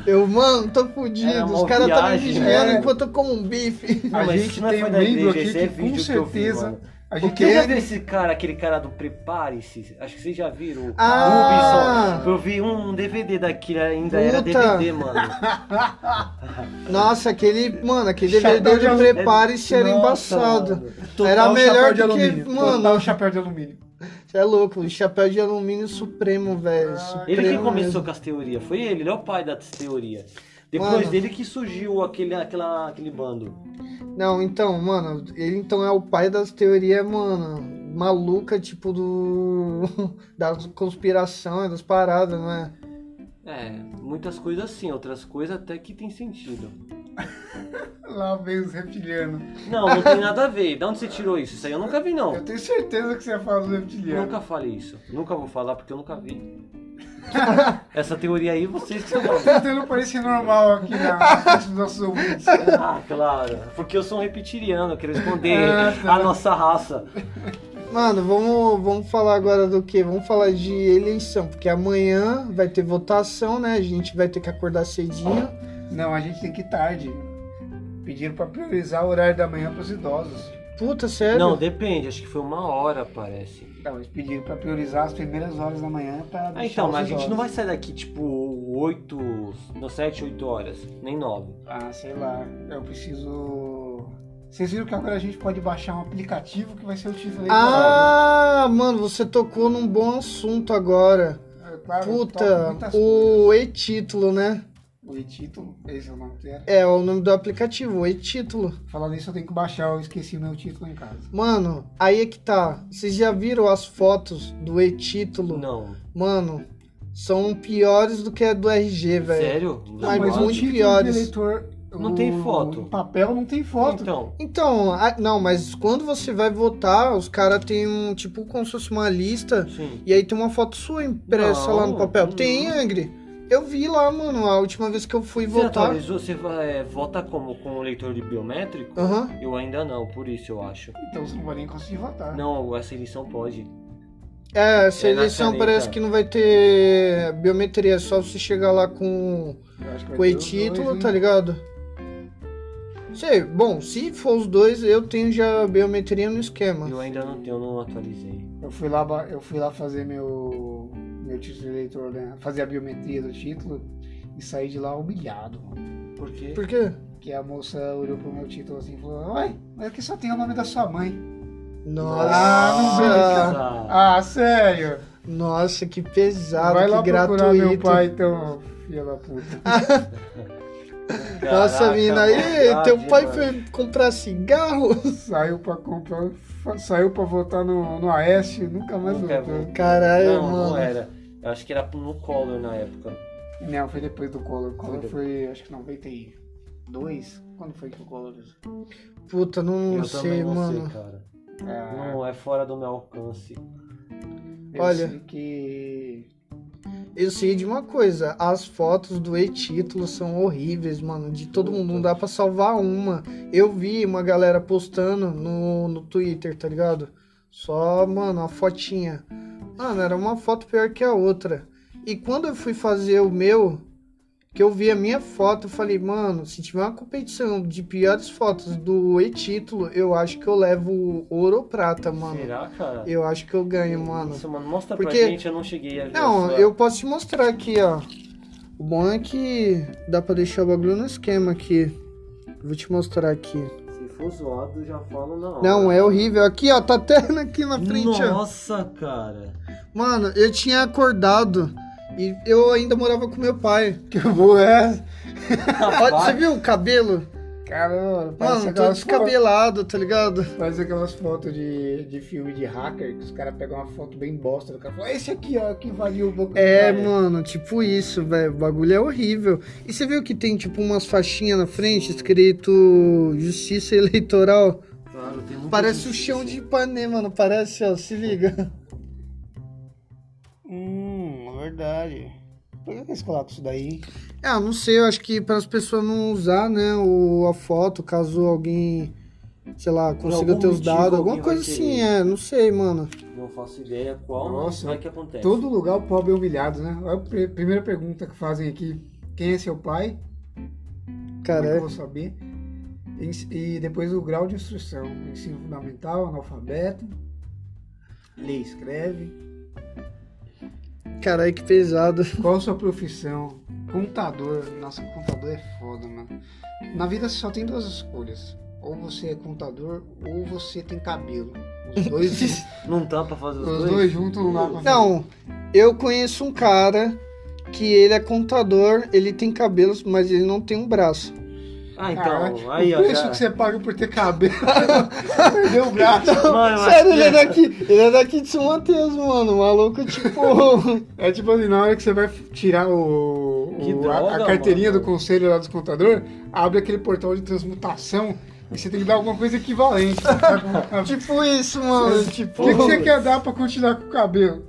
eu, mano, tô
Era
fudido,
É, uma
os caras tá me
viagem,
vigiando
né?
enquanto eu como um bife.
Não,
A
mas
gente
isso não
tem
é foi
um
da
livro
igreja,
aqui
esse é
que, com
vídeo que eu vi,
certeza,
mano.
A gente
Porque eu já vi
teve.
esse cara, aquele cara do Prepare-se. Acho que vocês já viram. o
Ah!
Rubinson. Eu vi um DVD daquele ainda, era
Puta!
DVD, mano. É
Nossa, aquele, mano, aquele
Chapéu
DVD
de
do
alu-
prepare-se era
Nossa,
embaçado.
mano.
Era
o
melhor
chapéu de
do que,
alumínio.
mano.
Total chapéu de alumínio.
Você é louco, o chapéu de alumínio supremo, velho. supremo
Ele
É.
que
mesmo.
começou com as teorias, foi ele, ele é o pai das teorias. Depois
Mano.
dele que surgiu aquele, aquela, aquele bando.
Não, então, mano, ele então é o pai das teorias, mano, maluca, tipo, do. da conspiração e das paradas, né?
É, muitas coisas sim, outras coisas até que tem sentido.
Lá vem os reptilianos.
Não, não tem nada a ver. Da onde você tirou isso? Isso aí eu nunca vi, não.
Eu tenho certeza que você ia falar dos reptilianos.
Nunca falei isso. Nunca vou falar porque eu nunca vi. Essa teoria aí vocês que são.
tentando parecer Tá normal aqui na na frente dos nossos ouvintes.
Ah, claro. Porque eu sou um reptiliano, eu quero esconder
Ah,
É,
tá.
a nossa raça.
Mano, vamos, vamos falar agora do quê? Vamos falar de eleição, porque amanhã vai ter votação, né? A gente vai ter que acordar cedinho.
Não, a gente tem que ir tarde. Pediram pra priorizar o horário da manhã pros idosos.
Puta, sério?
Não, depende, acho que foi uma hora, parece.
Não, eles pediram pra priorizar as primeiras horas da manhã pra
Ah,
deixar
então,
os
mas a gente não
idosos.
vai sair daqui tipo 8, não, 7, 8 horas, nem 9.
Ah, sei lá. Eu preciso... Vocês viram que agora a gente pode baixar um aplicativo que vai ser o título
Ah, mano, você tocou num bom assunto agora.
né? É claro, toca
Puta,
muitas
o e-título, né?
coisas. O e-título, esse é o nome que era.
É, é o nome do aplicativo, o e-título.
Falando isso, eu tenho que baixar, eu esqueci meu título em casa.
Mano, aí é que tá. Vocês já viram as fotos do e-título?
Não.
Mano, são piores do que a do RG, velho.
Sério?
Não, mas
Zoado.
o
muito
título de
piores.
eleitor,
Não
o-
tem foto.
Em papel não tem foto.
Então,
Então, a- não, mas quando você vai votar, os caras têm um, tipo, como se fosse uma lista,
sim.
e aí tem uma foto sua impressa lá no
Não,
papel.
não.
Tem, Angry. Eu vi lá, mano, a última vez que eu fui
Você tá
votar.
atualizou, você vai, é, vota como? Com o leitor de biométrico?
Aham.
Eu ainda não, por isso eu acho.
Então você não vai nem conseguir
Ah.
votar.
Não, essa eleição pode.
É, essa
É na
eleição
caneta.
parece que não vai ter biometria, é só você chegar lá com,
Eu acho que vai
com
ter
e
os
título,
dois, né?
tá ligado? Sei, bom, se for os dois, eu tenho já biometria no esquema.
Eu ainda não tenho, eu não atualizei.
Eu fui lá, ba- eu fui lá fazer meu, meu título de eleitor, né? Fazer a biometria do título e saí de lá humilhado. mano.
Por quê?
Por quê?
Porque a moça olhou pro meu título assim e falou: Uai, mas aqui só tem o nome da sua mãe.
Nossa!
Nossa.
Ah, sério?
Nossa, que pesado,
vai
que
lá procurar
gratuito.
meu pai, então, filha da puta.
Nossa,
Caraca,
mina,
maldade,
aí, teu um pai
mano.
foi comprar cigarro?
saiu pra comprar, fa- saiu pra votar no, no Aeste, nunca mais
Nunca
voltou.
Caralho, É,
Não, é.
mano.
não era. Eu acho que era no Collor na época.
Não, foi depois do Collor. O Collor
Foi
foi, acho que 92. Quando foi que o Collor.
Puta, não
eu
sei,
também não
mano.
sei, cara.
Ah,
Não, é fora do meu alcance.
eu
Olha.
sei que.
Eu sei de uma coisa, as fotos do e-título são horríveis, mano. De todo mundo, não dá pra salvar uma. Eu vi uma galera postando no, no Twitter, tá ligado? Só, mano, a fotinha. Mano, era uma foto pior que a outra. E quando eu fui fazer o meu, que eu vi a minha foto, eu falei, mano, se tiver uma competição de piores fotos do e-título, eu acho que eu levo ouro ou prata, mano.
Será, cara?
Eu acho que eu ganho, mano.
Isso, mano, mostra
Porque-
pra gente, eu não cheguei a ver.
Não,
essa-
eu posso te mostrar aqui, ó. O bom é que dá pra deixar o bagulho no esquema aqui. Vou te mostrar aqui.
Se for zoado, já falo na hora.
Não, é horrível. Aqui, ó, tá até aqui na frente, ó.
Nossa, cara.
Mano, eu tinha acordado e eu ainda morava com meu pai.
Que boa é essa?
Olha, você viu o cabelo?
Caramba, parece
Mano, todo
aquelas, fotos,
descabelado, tá ligado?
parece aquelas fotos de, de filme de hacker que os caras pegam uma foto bem bosta do cara e falam, esse aqui ó, que invadiu o banco do
É,
cara."
mano, tipo isso, velho. O bagulho é horrível. E você viu que tem, tipo, umas faixinhas na frente escrito Justiça Eleitoral?
Claro, tem muita
Parece o
gente
chão de
assim.
Ipanema, não parece? Ó, se liga.
Hum, verdade. Por que que eles colocam isso daí?
Ah, não sei, eu acho que para as pessoas não usar, né, o, a foto, caso alguém, sei lá, consiga
algum
ter os
motivo
dados, alguma
alguém vai
coisa assim,
querer.
é, não sei, mano.
Não faço ideia qual, mas
Nossa,
vai que acontece.
Todo lugar o pobre é humilhado, né? Olha A pri- primeira pergunta que fazem aqui: quem é seu pai? Como é que eu
Cara,
vou saber? Ens- E depois o grau de instrução: ensino fundamental, analfabeto, lê e escreve.
caralho, é, que pesado.
Qual a sua profissão? Contador. Nossa, contador é foda, mano. Na vida você só tem duas escolhas: ou você é contador ou você tem cabelo. Os dois, os
Não tá pra fazer os,
dois? juntos não dá pra
Não, eu conheço um cara que ele é contador, ele tem cabelos, mas ele não tem um braço.
Ah, então,
Então,
aí,
o
ó.
preço
já-
que você paga por ter cabelo perdeu o braço.
Mano, eu
Sério,
acho
ele é daqui, ele é daqui de São Mateus, mano, o maluco, tipo...
É tipo assim, na hora que você vai tirar o,
Que
o- a- a,
droga,
carteirinha
mano.
do conselho lá dos contador, abre aquele portal de transmutação e você tem que dar alguma coisa equivalente. sabe?
tipo isso, mano, tipo...
O que, que você quer dar pra continuar com o cabelo?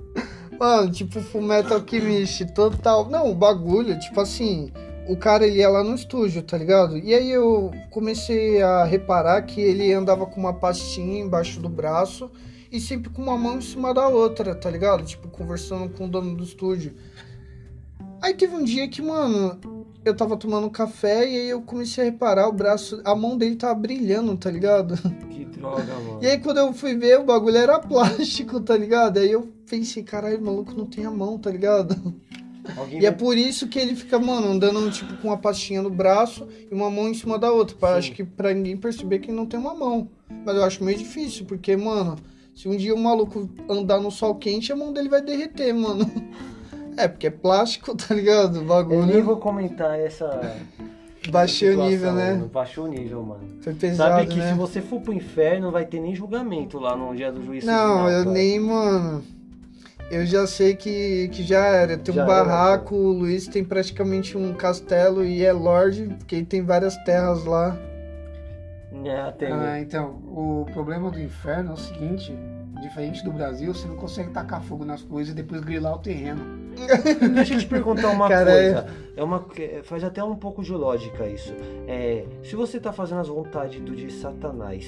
Mano, tipo Fullmetal Alchemist, total. Não, o bagulho, tipo assim, o cara ele ia lá no estúdio, tá ligado? E aí eu comecei a reparar que ele andava com uma pastinha embaixo do braço e sempre com uma mão em cima da outra, tá ligado? Tipo, conversando com o dono do estúdio. Aí teve um dia que, mano, eu tava tomando café e aí eu comecei a reparar o braço, a mão dele tava brilhando, tá ligado?
é. Que droga, mano.
E é- aí quando eu fui ver, o bagulho era plástico, tá ligado? Aí eu pensei, caralho, o maluco não tem a mão, tá ligado?
Alguém
E é
vai-
por isso que ele fica, mano, andando tipo com uma pastinha no braço e uma mão em cima da outra. Pra,
Sim.
acho que pra ninguém perceber que ele não tem uma mão. Mas eu acho meio difícil, porque, mano, se um dia o maluco andar no sol quente, a mão dele vai derreter, mano. É, porque é plástico, tá ligado? O
Eu nem
bagulho.
vou comentar essa.
Baixei o
situação,
nível, né?
mano. Baixou o nível, mano.
Foi pesado,
Sabe que
né?
se você for pro inferno, vai ter nem julgamento lá no dia do juiz.
Não,
final,
eu
cara.
nem, mano. Eu já sei que, que já era. Tem
Já
um
era,
barraco, o Luiz tem praticamente um castelo e é Lorde, porque ele tem várias terras lá.
É, até.
Ah, então, o problema do inferno é o seguinte: diferente do Brasil, você não consegue tacar fogo nas coisas e depois grilar o terreno.
Deixa eu te perguntar uma
Cara,
coisa. É uma, é, faz até um pouco de lógica isso. É, se você tá fazendo as vontades do de Satanás,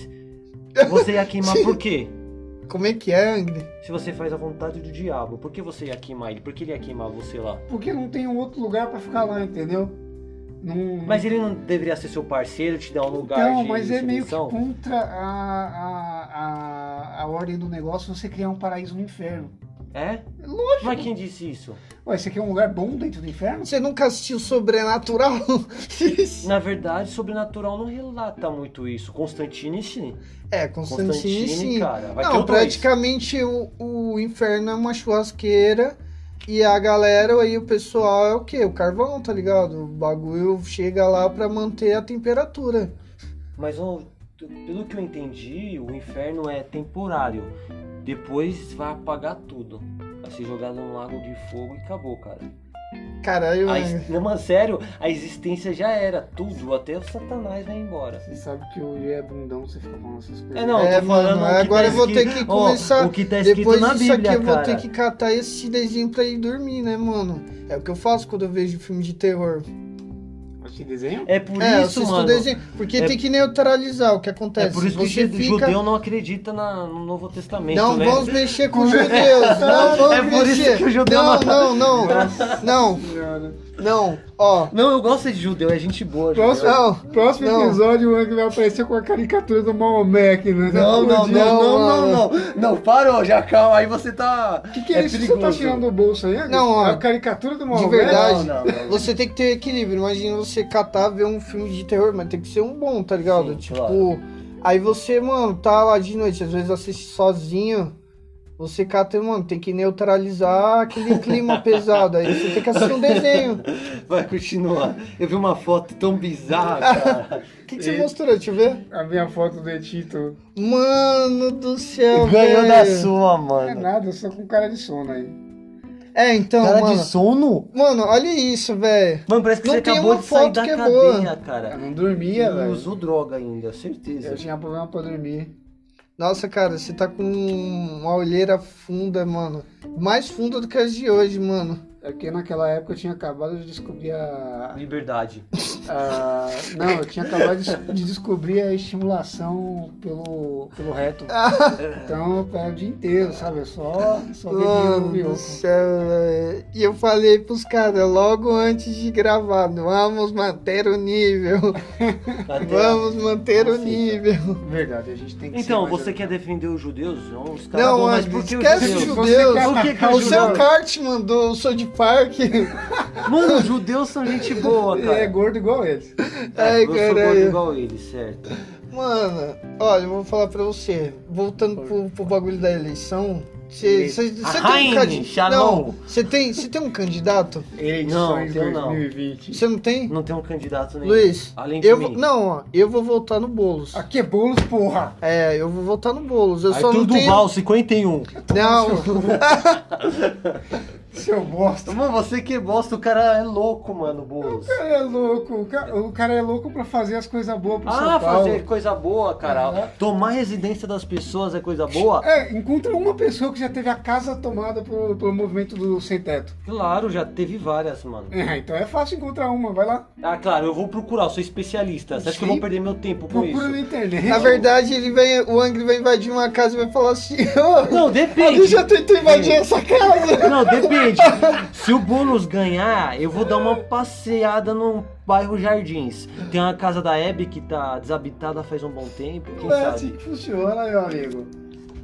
você ia queimar por quê?
Como é que é, Angry?
Se você faz a vontade do diabo, por que você ia queimar ele? Por que ele ia queimar você lá?
Porque não tem um outro lugar pra ficar lá, entendeu? Não...
Mas ele não deveria ser seu parceiro, te dar um lugar
Então,
de
mas é meio que
submissão?
contra a, a, a, a ordem do negócio você criar um paraíso no inferno.
É?
Lógico.
Mas quem disse isso?
Ué, você quer um lugar bom dentro do inferno?
Você nunca assistiu Sobrenatural?
Na verdade, Sobrenatural não relata muito isso. Constantine, sim.
é, Constantine, sim.
cara. Vai ter
Não,
o dois.
praticamente o, o inferno é uma churrasqueira e a galera aí, o pessoal é o quê? O carvão, tá ligado? O bagulho chega lá pra manter a temperatura.
Mas ó, t- pelo que eu entendi, o inferno é temporário. Depois vai apagar tudo. Vai ser jogado num lago de fogo e acabou, cara.
Caralho,
A
né?
ex- Não, mas sério, a existência já era. Tudo, até o Satanás vai embora.
Você sabe que o Iê é bundão, você fica falando essas coisas.
É, não,
É,
eu tô falando.
mano,
o que
agora
tá
eu vou ter
escrito-
que
ó,
começar-
o que tá escrito
Depois
na
disso
Bíblia,
aqui eu vou
cara.
ter que catar esse cinezinho pra ir dormir, né, mano? É o que eu faço quando eu vejo filme de terror.
Aqui desenho?
É por
é, eu
isso,
assisto
mano.
desenho. Porque
É-
tem que neutralizar o que
É
acontece.
por isso que
Você
o
fica...
judeu não acredita na- no Novo Testamento,
Não
né?
vamos mexer com os judeus. Não vamos
É por isso
mexer.
que o judeu
não,
não-
não, não, não,
Senhora.
não. Ó,
Não, eu gosto de judeu, é gente boa. judeu.
Próximo,
Não,
próximo
não.
episódio, o Hank vai aparecer com a caricatura do Maomé aqui, né?
Não, não, não,
Explodindo.
não, não, não. Não, parou, já calma, aí você tá.
O que, que é, isso que você tá tirando do bolso aí? Hank?
Não, ó,
a caricatura do Maomé?
verdade.
Não, não, não.
você tem que ter equilíbrio. Imagina você catar, ver um filme de terror, mas tem que ser um bom, tá ligado?
Sim,
tipo,
claro.
aí você, mano, tá lá de noite, às vezes assiste sozinho. Você cata, mano, tem que neutralizar aquele clima pesado. Aí você tem que assistir um desenho.
Vai continuar. Eu vi uma foto tão bizarra, cara.
O que, que você mostrou? Deixa eu ver.
A minha foto do Etito.
Mano do céu,
Ganhou
velho.
da sua,
Não é
mano.
nada, eu sou com cara de sono aí.
É, então,
Cara
mano.
de sono?
Mano, olha isso, velho.
Mano, parece que
Não
você
tem
acabou
uma
de sair
foto
da
que é
cadeia,
boa.
Eu
cara.
não dormia,
E
É, velho.
usou droga ainda, certeza.
Eu tinha problema pra dormir.
Nossa, cara, você tá com uma olheira funda, mano. Mais funda do que as de hoje, mano.
É porque naquela época eu tinha acabado de descobrir a.
Liberdade.
a- não, eu tinha acabado de, de descobrir a estimulação pelo, pelo reto. Então eu pego o dia inteiro, sabe? Eu só, só
Mano
bebi o
do
meu.
céu, velho. E eu falei pros caras logo antes de gravar: vamos manter o nível.
Até-
Vamos manter o
Aceita.
nível.
Verdade, a gente tem que
Então,
ser mais
você quer defender os judeus? Não, os caras
Não,
bom, mas
mano,
por que os
esquece
judeus?
os
Você
judeus.
quer
Por que que é
atacar
os
O
os
seu
judeus?
kart mandou, eu sou de parque.
Mano, os judeus são gente
um
boa,
Ele é
cara.
gordo igual eles.
Ai,
eu sou gordo
caralho.
igual ele, certo.
Mano, olha, eu vou falar pra você. Voltando pro, pro bagulho da eleição. Você tem um
Arraine,
candidato.
Shalom.
Não, você tem, você tem um candidato?
Eleições
tem um não.
2020.
Você não tem?
Não tem um candidato nenhum.
Luiz,
Além de
eu
mim.
vou, não, ó, eu vou votar no Boulos.
Aqui é bolos, porra!
É, eu vou votar no Boulos. Eu só
Arthur
não tenho.
Duval, 51.
Não,
Seu bosta!
Mano, você que bosta, o cara é louco, mano, Boulos.
O cara é louco, o cara, o cara é louco pra fazer as coisas boas pro
Ah,
São Paulo.
fazer coisa boa, cara.
Uhum.
Tomar residência das pessoas é coisa boa?
É, encontra uma pessoa que já teve a casa tomada pelo, pelo movimento do sem teto.
Claro, já teve várias, mano.
É, então é fácil encontrar uma, vai lá.
Ah, claro, eu vou procurar, eu sou especialista. Você acha que eu vou
Sim.
perder meu tempo com
Procura na
isso?
internet.
na verdade, ele vai, o Angry vai invadir uma casa e vai falar assim: Ô,
Não,
ele
depende.
já tentou invadir essa casa.
Não, depende. Se o Boulos ganhar, eu vou dar uma passeada no bairro Jardins. Tem uma casa da Hebe que tá desabitada faz um bom tempo, quem
Não é
sabe?
assim que funciona, meu amigo.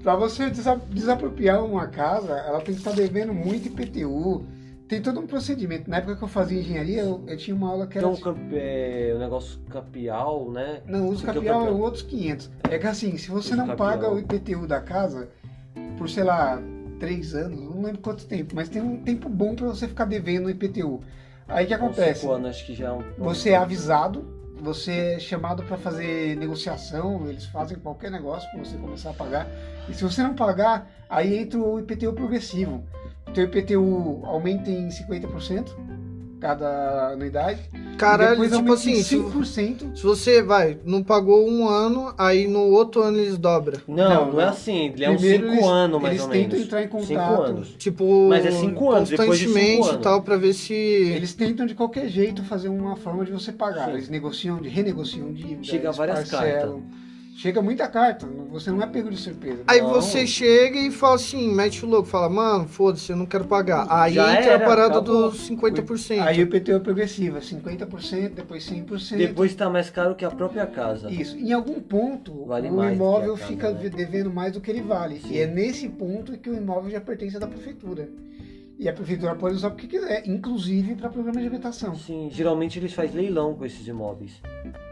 Pra você desa- desapropriar uma casa, ela tem que estar devendo muito IPTU. Tem todo um procedimento. Na época que eu fazia engenharia, eu, eu tinha uma aula que
Tem
era.
um
de-
camp... é, um negócio capial, né?
Não, uso
Tem um
capial é outros 500. É que assim, se você
Uso
não
capial.
paga o IPTU da casa por, sei lá, 3 anos, não lembro quanto tempo, mas tem um tempo bom pra você ficar devendo o IPTU. Aí o que
Uns
acontece?
cinco anos, acho que já é um...
Você é avisado, você é chamado para fazer negociação, eles fazem qualquer negócio para você começar a pagar. E se você não pagar, aí entra o IPTU progressivo. O teu IPTU aumenta em 50% cada anuidade.
caras,
Depois
eles, tipo
aumenta
assim,
em
se,
5%.
se você vai, não pagou um ano, aí no outro ano eles dobram.
Não,
Não,
não é
não.
assim. Ele é uns
Primeiro
5
eles-
anos, mais
eles
ou menos.
tentam entrar em
Cinco
contato.
anos.
Tipo,
Mas é cinco anos, depois de cinco
constantemente e
anos.
tal, pra ver se.
Eles tentam de qualquer jeito fazer uma forma de você pagar.
Sim.
Eles negociam, de- renegociam dívida.
Chega
eles
várias
parcelam. Chega muita carta. Você não é pego de surpresa.
Aí
Não.
você chega e fala assim, mete o louco, fala, mano, foda-se, eu não quero pagar. Aí
Já
entra
era,
a parada
acabou.
dos 50%.
Aí o IPTU é progressivo, é 50%, depois 100%.
Depois tá mais caro que a própria casa.
Isso. Em algum ponto,
Vale
o
mais que
imóvel
a casa,
fica
né?
devendo mais do que ele vale.
Sim.
E é nesse ponto que o imóvel já pertence da prefeitura. E a prefeitura pode usar porque quiser, inclusive para programa de habitação.
Sim, geralmente eles fazem leilão com esses imóveis.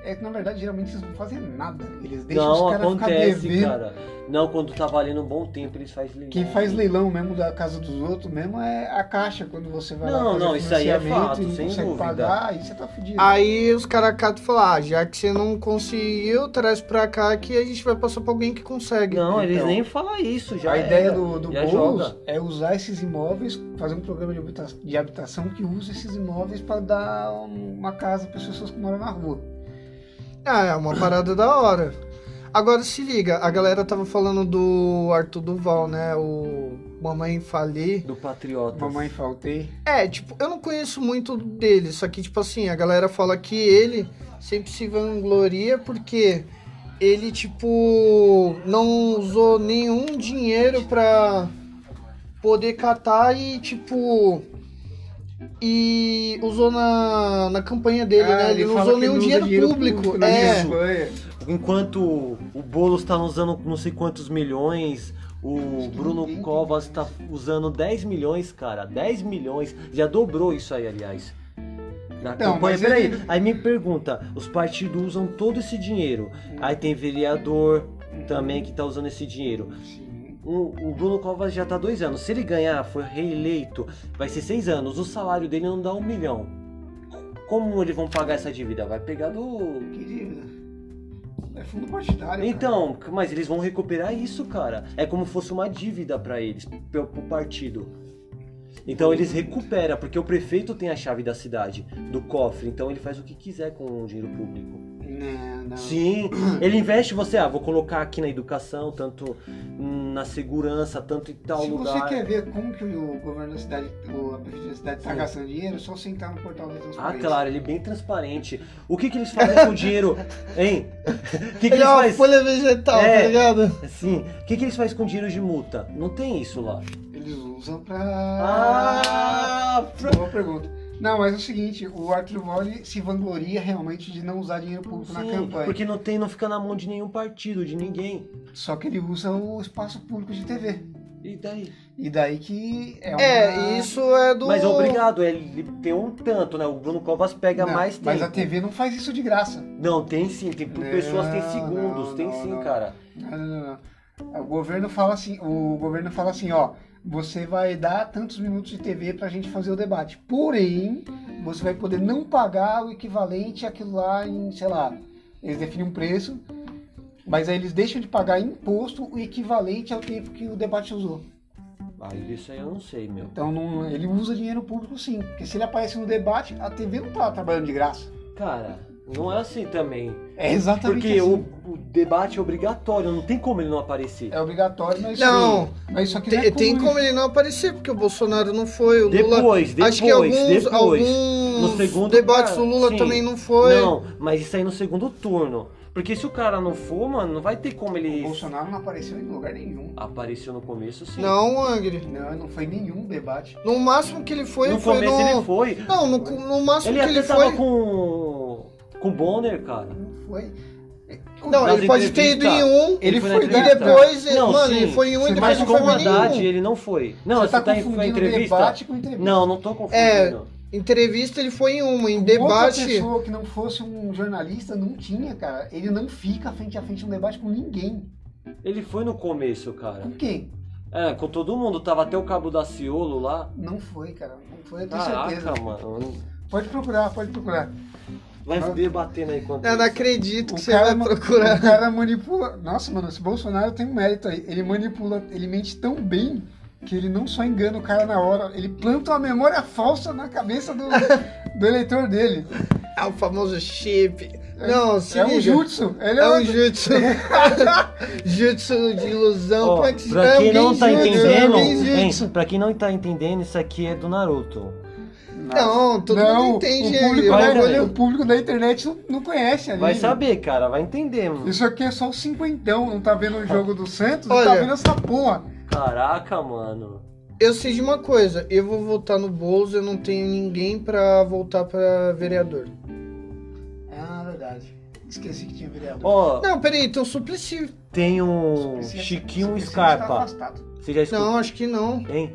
É que, na verdade, geralmente eles não fazem nada. Eles deixam
Não,
os caras ficar
acontece,
devendo.
cara. Não, quando tá valendo um bom tempo, eles fazem leilão.
Quem faz leilão mesmo da casa dos outros mesmo é a caixa quando você vai lá
Não,
fazer
não, isso aí é
financiamento
fato,
e não
sem
consegue
dúvida.
pagar, aí você tá fudido.
Aí os caras catam e falam, ah, já que você não conseguiu, traz pra cá que a gente vai passar pra alguém que consegue.
Não, eles
Então,
nem falam isso. Já é.
a ideia
era.
do, do
já
Boulos
joga.
é usar esses imóveis, fazer um programa de habita- de habitação que use esses imóveis para dar um, uma casa para as pessoas que moram na rua.
Ah, é uma parada da hora. Agora se liga, a galera tava falando do Arthur Duval, né? O Mamãe Fali.
Do Patriota.
Mamãe, faltei.
É, tipo, eu não conheço muito dele, só que, tipo assim, a galera fala que ele sempre se vangloria porque ele, tipo, não usou nenhum dinheiro pra poder catar e, tipo. E usou na, na campanha dele,
Ah,
né? Ele, não
fala
usou
que
nenhum
usa né,
dinheiro, público.
na
é.
campanha.
Enquanto o Boulos tá usando não sei quantos milhões, o Bruno Covas tá usando 10 milhões, cara. 10 milhões. Já dobrou isso aí, aliás. Na
Então,
campanha.
mas
Peraí,
ele-
aí me pergunta, os partidos usam todo esse dinheiro.
Hum.
Aí tem vereador também que tá usando esse dinheiro.
Sim.
O, o Bruno Covas já tá dois anos. Se ele ganhar, for reeleito, vai ser seis anos. O salário dele não dá um milhão. Como eles vão pagar essa dívida? Vai pegar do,
Que dívida. É fundo partidário.
então, mas eles vão recuperar isso, cara. É como fosse uma dívida pra eles, pro, pro partido. Então eles recuperam, porque o prefeito tem a chave da cidade, do cofre, então ele faz o que quiser com o dinheiro público.
cara. Não, não.
Sim, ele investe você, ah, vou colocar aqui na educação, tanto hum, na segurança, tanto em tal
Se
lugar.
você quer ver como que o governo da cidade, o- a prefeitura da cidade está
Sim.
gastando dinheiro, é só sentar no portal da
Ah,
transparência.
claro, ele é bem transparente. O que que eles fazem com o dinheiro? Hein? O que,
Ele
que eles
é uma
fazem?
folha vegetal,
É.
tá ligado?
Sim, o que, que eles fazem com o dinheiro de multa? Não tem isso lá.
Eles usam pra...
Ah, pra-
Boa pergunta. Não, mas é o seguinte, o Arthur Vale se vangloria realmente de não usar dinheiro público na
Sim,
campanha.
Porque não tem, não fica na mão de nenhum partido, de ninguém.
Só que ele usa o espaço público de TV.
E daí?
E daí que é uma...
É, isso é do.
Mas obrigado, ele tem um tanto, né? O Bruno Covas pega
Não,
mais tempo.
Mas a TV não faz isso de graça.
Não, tem sim, tem por
Não,
pessoas, tem segundos,
não,
tem
não,
sim,
não.
cara.
Não, não, não, não. O governo fala assim, o governo fala assim, ó, você vai dar tantos minutos de TV pra gente fazer o debate. Porém, você vai poder não pagar o equivalente àquilo lá em, sei lá, eles definem um preço, mas aí eles deixam de pagar imposto o equivalente ao tempo que o debate usou.
Aí isso aí eu não sei, meu.
Então não- ele usa dinheiro público sim, porque se ele aparece no debate, a TV não tá trabalhando de graça.
Cara, não é assim também.
É exatamente
Porque
assim.
o, o debate é obrigatório, não tem como ele não aparecer.
É obrigatório, mas
Não.
mas isso aqui não é
Tem, tem
comunismo.
como ele não aparecer, porque o Bolsonaro não foi, o Lula.
Depois, depois,
Acho que alguns,
depois.
alguns
No segundo,
debates
cara,
do Lula
sim.
também não foi.
Não, mas isso aí no segundo turno. Porque se o cara não for, mano, não vai ter como
O
ele.
Bolsonaro não apareceu em lugar nenhum.
Apareceu no começo, sim.
Não, Angry.
Não, não foi nenhum debate.
No máximo que ele foi,
no
foi
começo
no.
ele foi.
Não, no, cu- no máximo
Ele
que
até
ele
tava
foi.
com. com o Bonner, cara.
Não foi. É,
Não,
nas
ele pode ter ido em
entrevistas.
um.
Ele
na
foi
E
entrevista.
depois, ele-
Não,
mano,
sim.
ele foi em um e
Você
depois
Mas
não
com
foi
o
mais
Haddad,
nenhum.
ele não foi. Não,
você
você,
tá
tá, em foi em
confundindo
entrevista?
debate com entrevista. Um
Não, não tô confundindo.
É,
não.
Entrevista ele foi em uma, em
Outra
debate.
pessoa que não fosse um jornalista não tinha, cara. Ele não fica frente a frente num debate com ninguém.
Ele foi no começo, cara.
Com quem?
É, com todo mundo. Tava até o Cabo da Ciolo lá.
Não foi, cara. Não foi, eu tenho certeza.
Caraca, mano.
Pode procurar, pode procurar.
Vai
Ah.
debatendo aí quanto.
Eu não
isso.
acredito
O
que você
cara
é
vai
ma-
procurar.
O cara manipula. Nossa, mano, esse Bolsonaro tem um mérito aí. Ele manipula, ele mente tão bem que ele não só engana o cara na hora, ele planta uma memória falsa na cabeça do, do eleitor dele.
É o famoso chip. Não, se
É um
liga.
jutsu. Ele é,
É um
outro.
jutsu. jutsu de ilusão.
Ó,
Como é que se-
pra quem
é
não
alguém
tá
jutsu,
entendendo,
alguém jutsu.
hein, pra quem não tá entendendo, isso aqui é do Naruto.
Não, todo
Não,
mundo entende
o
ele.
público,
O
vai,
bagulho-
né?
o público da internet não, não conhece ali.
Vai saber, cara, vai entender, mano.
Isso aqui é só o cinquentão, não tá vendo o jogo do Santos e tá
Olha.
vendo essa porra.
Caraca, mano.
Eu sei de uma coisa, eu vou votar no Boulos, eu não tenho ninguém pra voltar pra vereador.
Ah, verdade. Esqueci que tinha vereador.
Ó,
Não, peraí, então Suplicy.
tem um
Suplicy-
Chiquinho
Suplicy está
Scarpa.
tá afastado.
Você já escutou?
Não, acho que não.
Hein?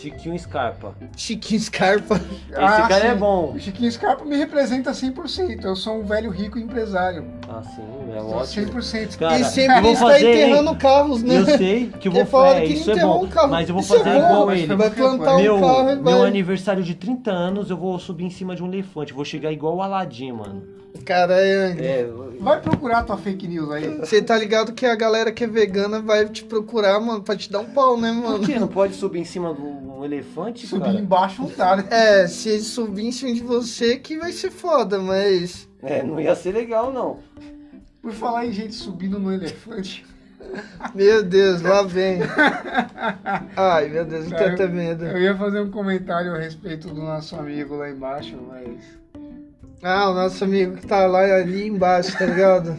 Chiquinho Scarpa.
Chiquinho Scarpa.
Esse
Ah,
cara é
sim.
bom.
O Chiquinho Scarpa me representa 100%. Eu sou um velho rico empresário.
Ah, sim, é
Sou
ótimo.
100%.
Cara,
e
eu
sempre
vou
está
fazer, hein?
enterrando carros, né?
Eu sei que eu vou
Porque falaram
fazer,
que
isso é
enterrou
bom,
um carro.
mas eu vou
Isso é
fazer
bom,
igual
mas
ele.
Vai plantar um
Meu,
carro e
meu
vai.
aniversário de 30 anos, eu vou subir em cima de um elefante, vou chegar igual o Aladim, mano.
Cara, é-
É,
Vai procurar tua fake news aí.
você tá ligado que a galera que é vegana vai te procurar, mano, pra te dar um pau, né,
por
mano?
que não pode subir em cima de um elefante,
Subir
cara?
embaixo não dá, né?
É, se eles subir em cima de você, que vai ser foda, mas.
É, não ia ser legal, não.
Por falar em gente subindo no elefante.
Meu Deus, lá vem. Ai, meu Deus, eu
Cara,
tenho até medo.
Eu ia fazer um comentário a respeito do nosso amigo lá embaixo, mas
Ah, o nosso amigo que tá lá ali embaixo, tá ligado?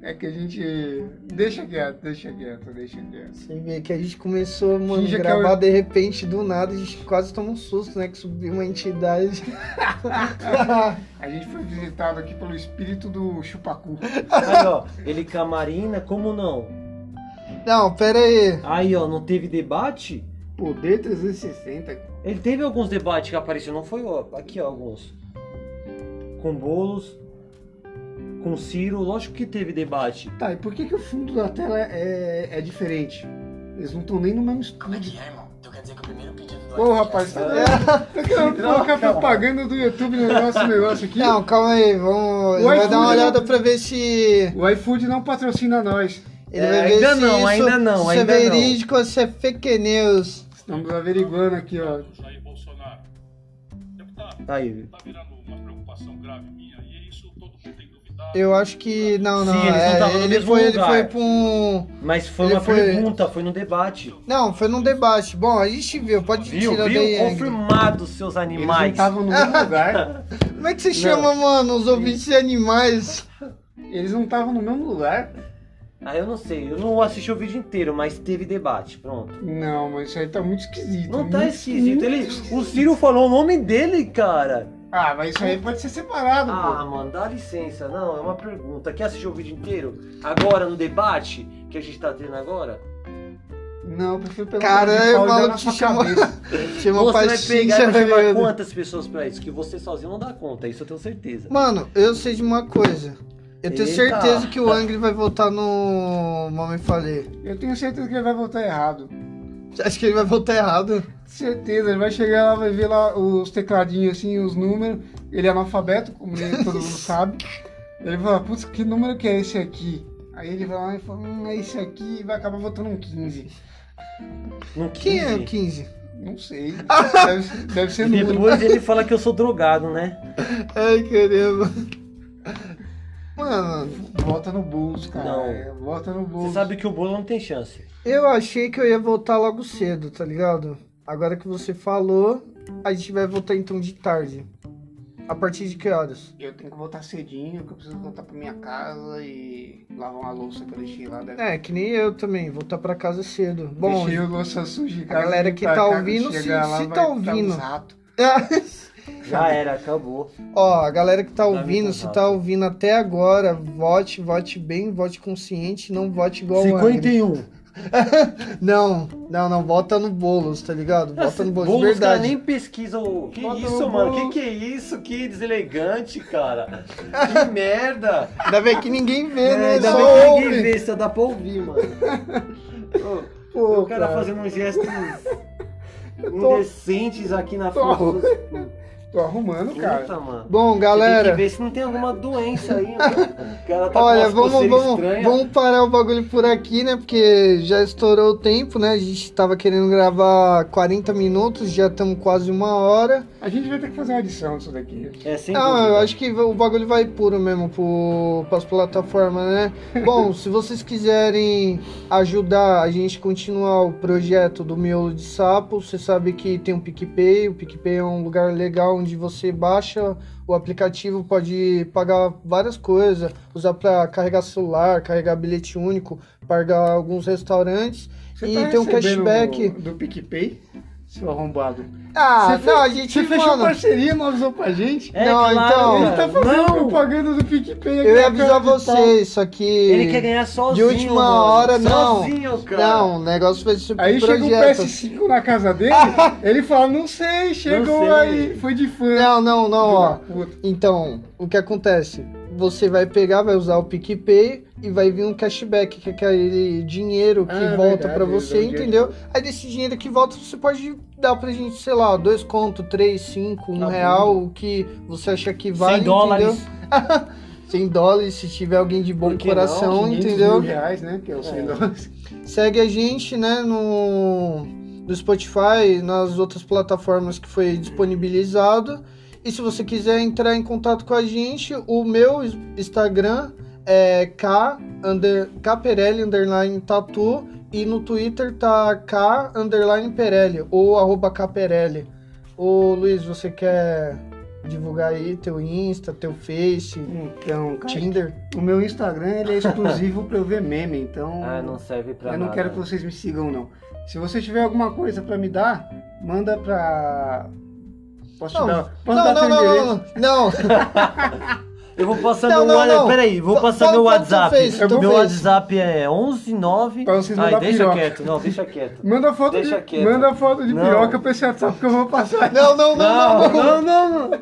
é que a gente. Deixa quieto, deixa quieto, deixa quieto.
Você vê que a gente começou, mano,
Finge que é o-
gravar de repente, do nada, a gente quase toma um susto, né? Que subiu uma entidade.
A gente foi visitado aqui pelo espírito do Chupacu.
Aí, ó, ele camarina, como não?
Não, pera aí.
Aí, ó, não teve debate?
Poder 360.
Ele teve alguns debates que apareceu, não foi, ó, aqui, ó, alguns. Com bolos, com Ciro, lógico que teve debate.
Tá, e por que, que o fundo da tela é, é diferente? Eles não estão nem no mesmo estúdio.
irmão, tu quer dizer é que o primeiro pedido do
Ô rapaz, tá tá querendo colocar propaganda do YouTube no nosso negócio aqui?
Não, calma aí, vamos. Ele
O
vai
iFood né?
dar uma
não-
olhada pra ver se.
O iFood não patrocina nós.
Ele
É,
vai ver
ainda
se
não,
isso,
ainda não,
se
ainda
é
não.
verídico ou se é fake news.
Estamos averiguando aqui, ó.
Jair Bolsonaro. Deputado,
Aí,
tá virando uma preocupação grave minha e isso todo mundo tem duvidado.
Eu acho que. Não, não.
Sim, eles não
é,
tavam no
ele,
mesmo
foi,
lugar.
ele foi pra um.
mas foi
Ele
uma
foi-
pergunta, foi no debate.
Não, foi num debate. Bom, a gente viu, pode
Viu,
tirar
viu?
daí. Angry.
Confirmado, seus
Eles
animais.
não estavam no mesmo lugar.
Como é que você chama, mano, os ouvintes de animais?
Eles não estavam no mesmo lugar.
Ah, eu não sei, eu não assisti o vídeo inteiro, mas teve debate, pronto.
Não, mas isso aí tá muito esquisito.
Não tá
muito,
esquisito,
muito
ele,
esquisito.
o Ciro falou o nome dele, cara.
Ah, mas isso aí pode ser separado,
Ah,
pô.
mano, dá licença, não, é uma pergunta. Quer assistir o vídeo inteiro? Agora, no debate que a gente tá tendo agora?
Não, eu prefiro pegar
Cara,
um pau e
é
dar
o maluco
na
que
sua
chama-
cabeça.
Chama
você vai pegar e
pastinha,
vai chamar
velho.
quantas pessoas pra isso? Que você sozinho não dá conta, isso eu tenho certeza.
Mano, eu sei de uma coisa. Eu tenho
Eita.
certeza que o Angry vai voltar no Mamãe Falei.
Eu tenho certeza que ele vai voltar errado.
Você acha que ele vai voltar errado?
Certeza, ele vai chegar lá, vai ver lá os tecladinhos assim, os números. Ele é analfabeto, como ele- todo mundo sabe. Ele vai falar, putz, que número que é esse aqui? Aí ele vai lá e fala, hum, é esse aqui e vai acabar votando um 15.
Não quis.
Quem é o 15?
Não sei. Deve, deve ser número.
Depois ele fala que eu sou drogado, né?
Ai, caramba. Mano,
Vota no Bulls, cara.
Não.
É, Vota no Bulls.
Você sabe que o bolo não tem chance.
eu achei que eu ia voltar logo cedo, tá ligado? Agora que você falou, a gente vai voltar então de tarde. A partir de que horas?
Eu tenho que voltar cedinho, que eu preciso voltar pra minha casa e lavar uma louça que eu deixei lá. Deve...
É, que nem eu também, voltar pra casa cedo. Bom,
deixei a louça suja em
a
casa.
galera
vim
que
pra
tá
cá,
ouvindo,
quando
se-
chegar lá,
se
vai
tá
tá
ouvindo.
uns ratos.
Já era, acabou.
Ó, a galera que tá
muito
ouvindo, se
errado.
tá ouvindo até agora, vote, vote bem, vote consciente, não vote igual o Angry.
51.
Não, não, não, vota no Boulos, tá ligado? Vota no Boulos, de
Boulos, cara,
verdade.
nem pesquisa o. Que
Bota
isso,
no
mano? Que
Boulos.
que é isso? Que deselegante, cara. Que merda.
Ainda bem que ninguém vê,
É,
né?
ainda
Só
bem que
ouve.
ninguém vê, só dá pra ouvir, mano. Ô,
Pô,
o cara,
cara.
fazendo uns gestos
tô-
indecentes aqui na
tô-
frente. dos-
Tô arrumando, cara.
Puta, mano.
Bom,
Tem
galera.
que ver se não tem alguma doença aí, mano. Que ela tá
Olha,
com umas
vamos, vamos,
estranha.
vamos parar o bagulho por aqui, né? Porque já estourou o tempo, né? A gente tava querendo gravar 40 minutos, já estamos quase uma hora.
A gente vai ter que fazer uma edição disso daqui.
É, sem
Não, Ah, eu
dúvida.
acho que o bagulho vai puro mesmo pro, pras plataformas, né? Bom, se vocês quiserem ajudar a gente a continuar o projeto do Miolo de Sapo, você sabe que tem um PicPay. O PicPay é um lugar legal onde você baixa o aplicativo, pode pagar várias coisas, usar pra carregar celular, carregar bilhete único, pagar alguns restaurantes.
Você
e
tá
tem um
recebendo
cashback.
Do PicPay, seu arrombado.
Ah,
Você
não,
fe-
a gente,
Você fechou
mano...
parceria, não avisou pra gente?
É,
Não,
claro,
então-
cara.
Ele tá fazendo
não,
propaganda do PicPay aqui
Eu ia
na cara
avisar
de pau.
vocês, só que...
ele quer ganhar sozinho.
De última
mano.
hora, não.
Sozinho, cara.
Não, o negócio vai ser
Aí
pro
chega o
projeto.
PS5 na casa dele, ele fala, não sei, chegou
sei.
aí, foi de
né?
fã.
Não, não, não, ó.
Puta.
Então, o que acontece? Você vai pegar, vai usar o PicPay e vai vir um cashback, que é aquele dinheiro que
Ah,
volta
verdade,
pra
eles
você,
dão dinheiro.
entendeu? Aí desse dinheiro que volta, você pode dar pra gente, sei lá, dois conto, três, cinco, um
Tá bom.
real, o que você acha que vale,
100 dólares.
entendeu? 100 dólares, se tiver alguém de bom
Por que não?
coração,
500
entendeu?
mil reais, né, que então, é o 100
É.
dólares.
Segue a gente, né, no, no Spotify, nas outras plataformas que foi disponibilizado. E se você quiser entrar em contato com a gente, o meu Instagram é K, under, KPerelli, underline, tatu. E no Twitter tá K, underline, Perelli, ou arroba KPerelli. Ô, Luiz, você quer divulgar aí teu Insta, teu Face,
Então, cara,
Tinder?
o meu Instagram ele é exclusivo pra eu ver meme, então...
Ah, não serve pra
eu
nada.
não quero que vocês me sigam, não. Se você tiver alguma coisa pra me dar, manda pra... Posso
Não.
te dar, posso
Não,
dar
não,
teu
não,
endereço?
não, não, não.
Eu vou passar
Não,
meu
não,
WhatsApp.
não.
Peraí, vou
Fa-
passar
fala-
meu
fala teu
WhatsApp.
Face, teu
meu
Face.
WhatsApp é 119.
Pra vocês
Ai,
mandar
deixa
piroca.
quieto. Não, deixa quieto.
Manda foto
Deixa
de,
quieto.
manda foto de
Não.
piroca pra esse WhatsApp que eu vou passar.
Não, não, não, não, não.
Não, não, não.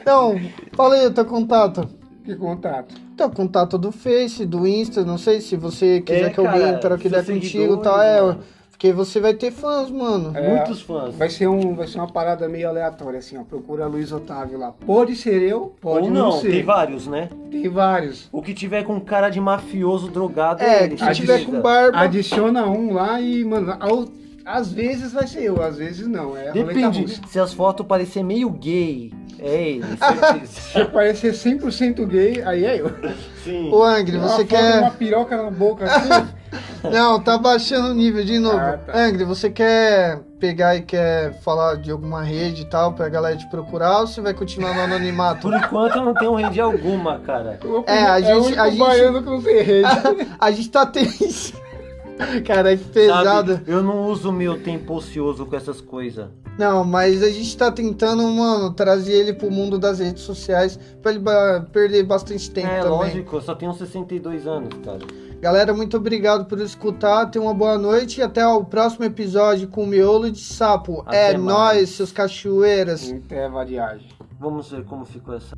Então, fala aí o teu contato.
Que contato.
Teu contato do Face, do Insta, não sei se você quiser
É,
que alguém
cara,
entrar aqui
seus
contigo e tal,
seguidores,
é.
mano.
Porque você vai ter fãs, mano.
É.
Muitos fãs.
Vai ser, um, vai ser uma parada meio aleatória, assim, ó. Procura Luiz Otávio lá. Pode ser eu, pode
Ou não,
ser.
tem vários, né?
Tem vários.
O que tiver com cara de mafioso drogado.
É,
ele
que
se
tiver
liga.
com barba.
Adiciona um lá e, mano, ao- às vezes vai ser eu, às vezes não. É roleta russa.
Depende. Se as fotos parecer meio gay, é ele, certeza.
Se eu parecer 100% gay, aí é eu.
Sim.
Ô, Angry,
uma
você
foto de uma
quer.
piroca na boca assim.
Não, tá baixando o nível de novo.
Ah, tá.
Angry, você quer pegar e quer falar de alguma rede e tal pra galera te procurar ou você vai continuar no anonimato?
Por enquanto eu não tenho rede alguma, cara.
eu vou-
É, a
o
gente-
único
a gente-
baiano que não tem rede.
A gente tá tenso. Cara, que pesado.
Sabe? Eu não uso meu tempo ocioso com essas coisas.
Não, mas a gente tá tentando, mano, trazer ele pro mundo das redes sociais pra ele ba- perder bastante tempo
É,
também.
lógico, eu só tenho 62 anos, cara.
Galera, muito obrigado por escutar. Tenha uma boa noite e até o próximo episódio com o Miolo de Sapo. é
Até mais.
nóis, seus cachoeiras.
Não tem É variagem.
Vamos ver como ficou essa.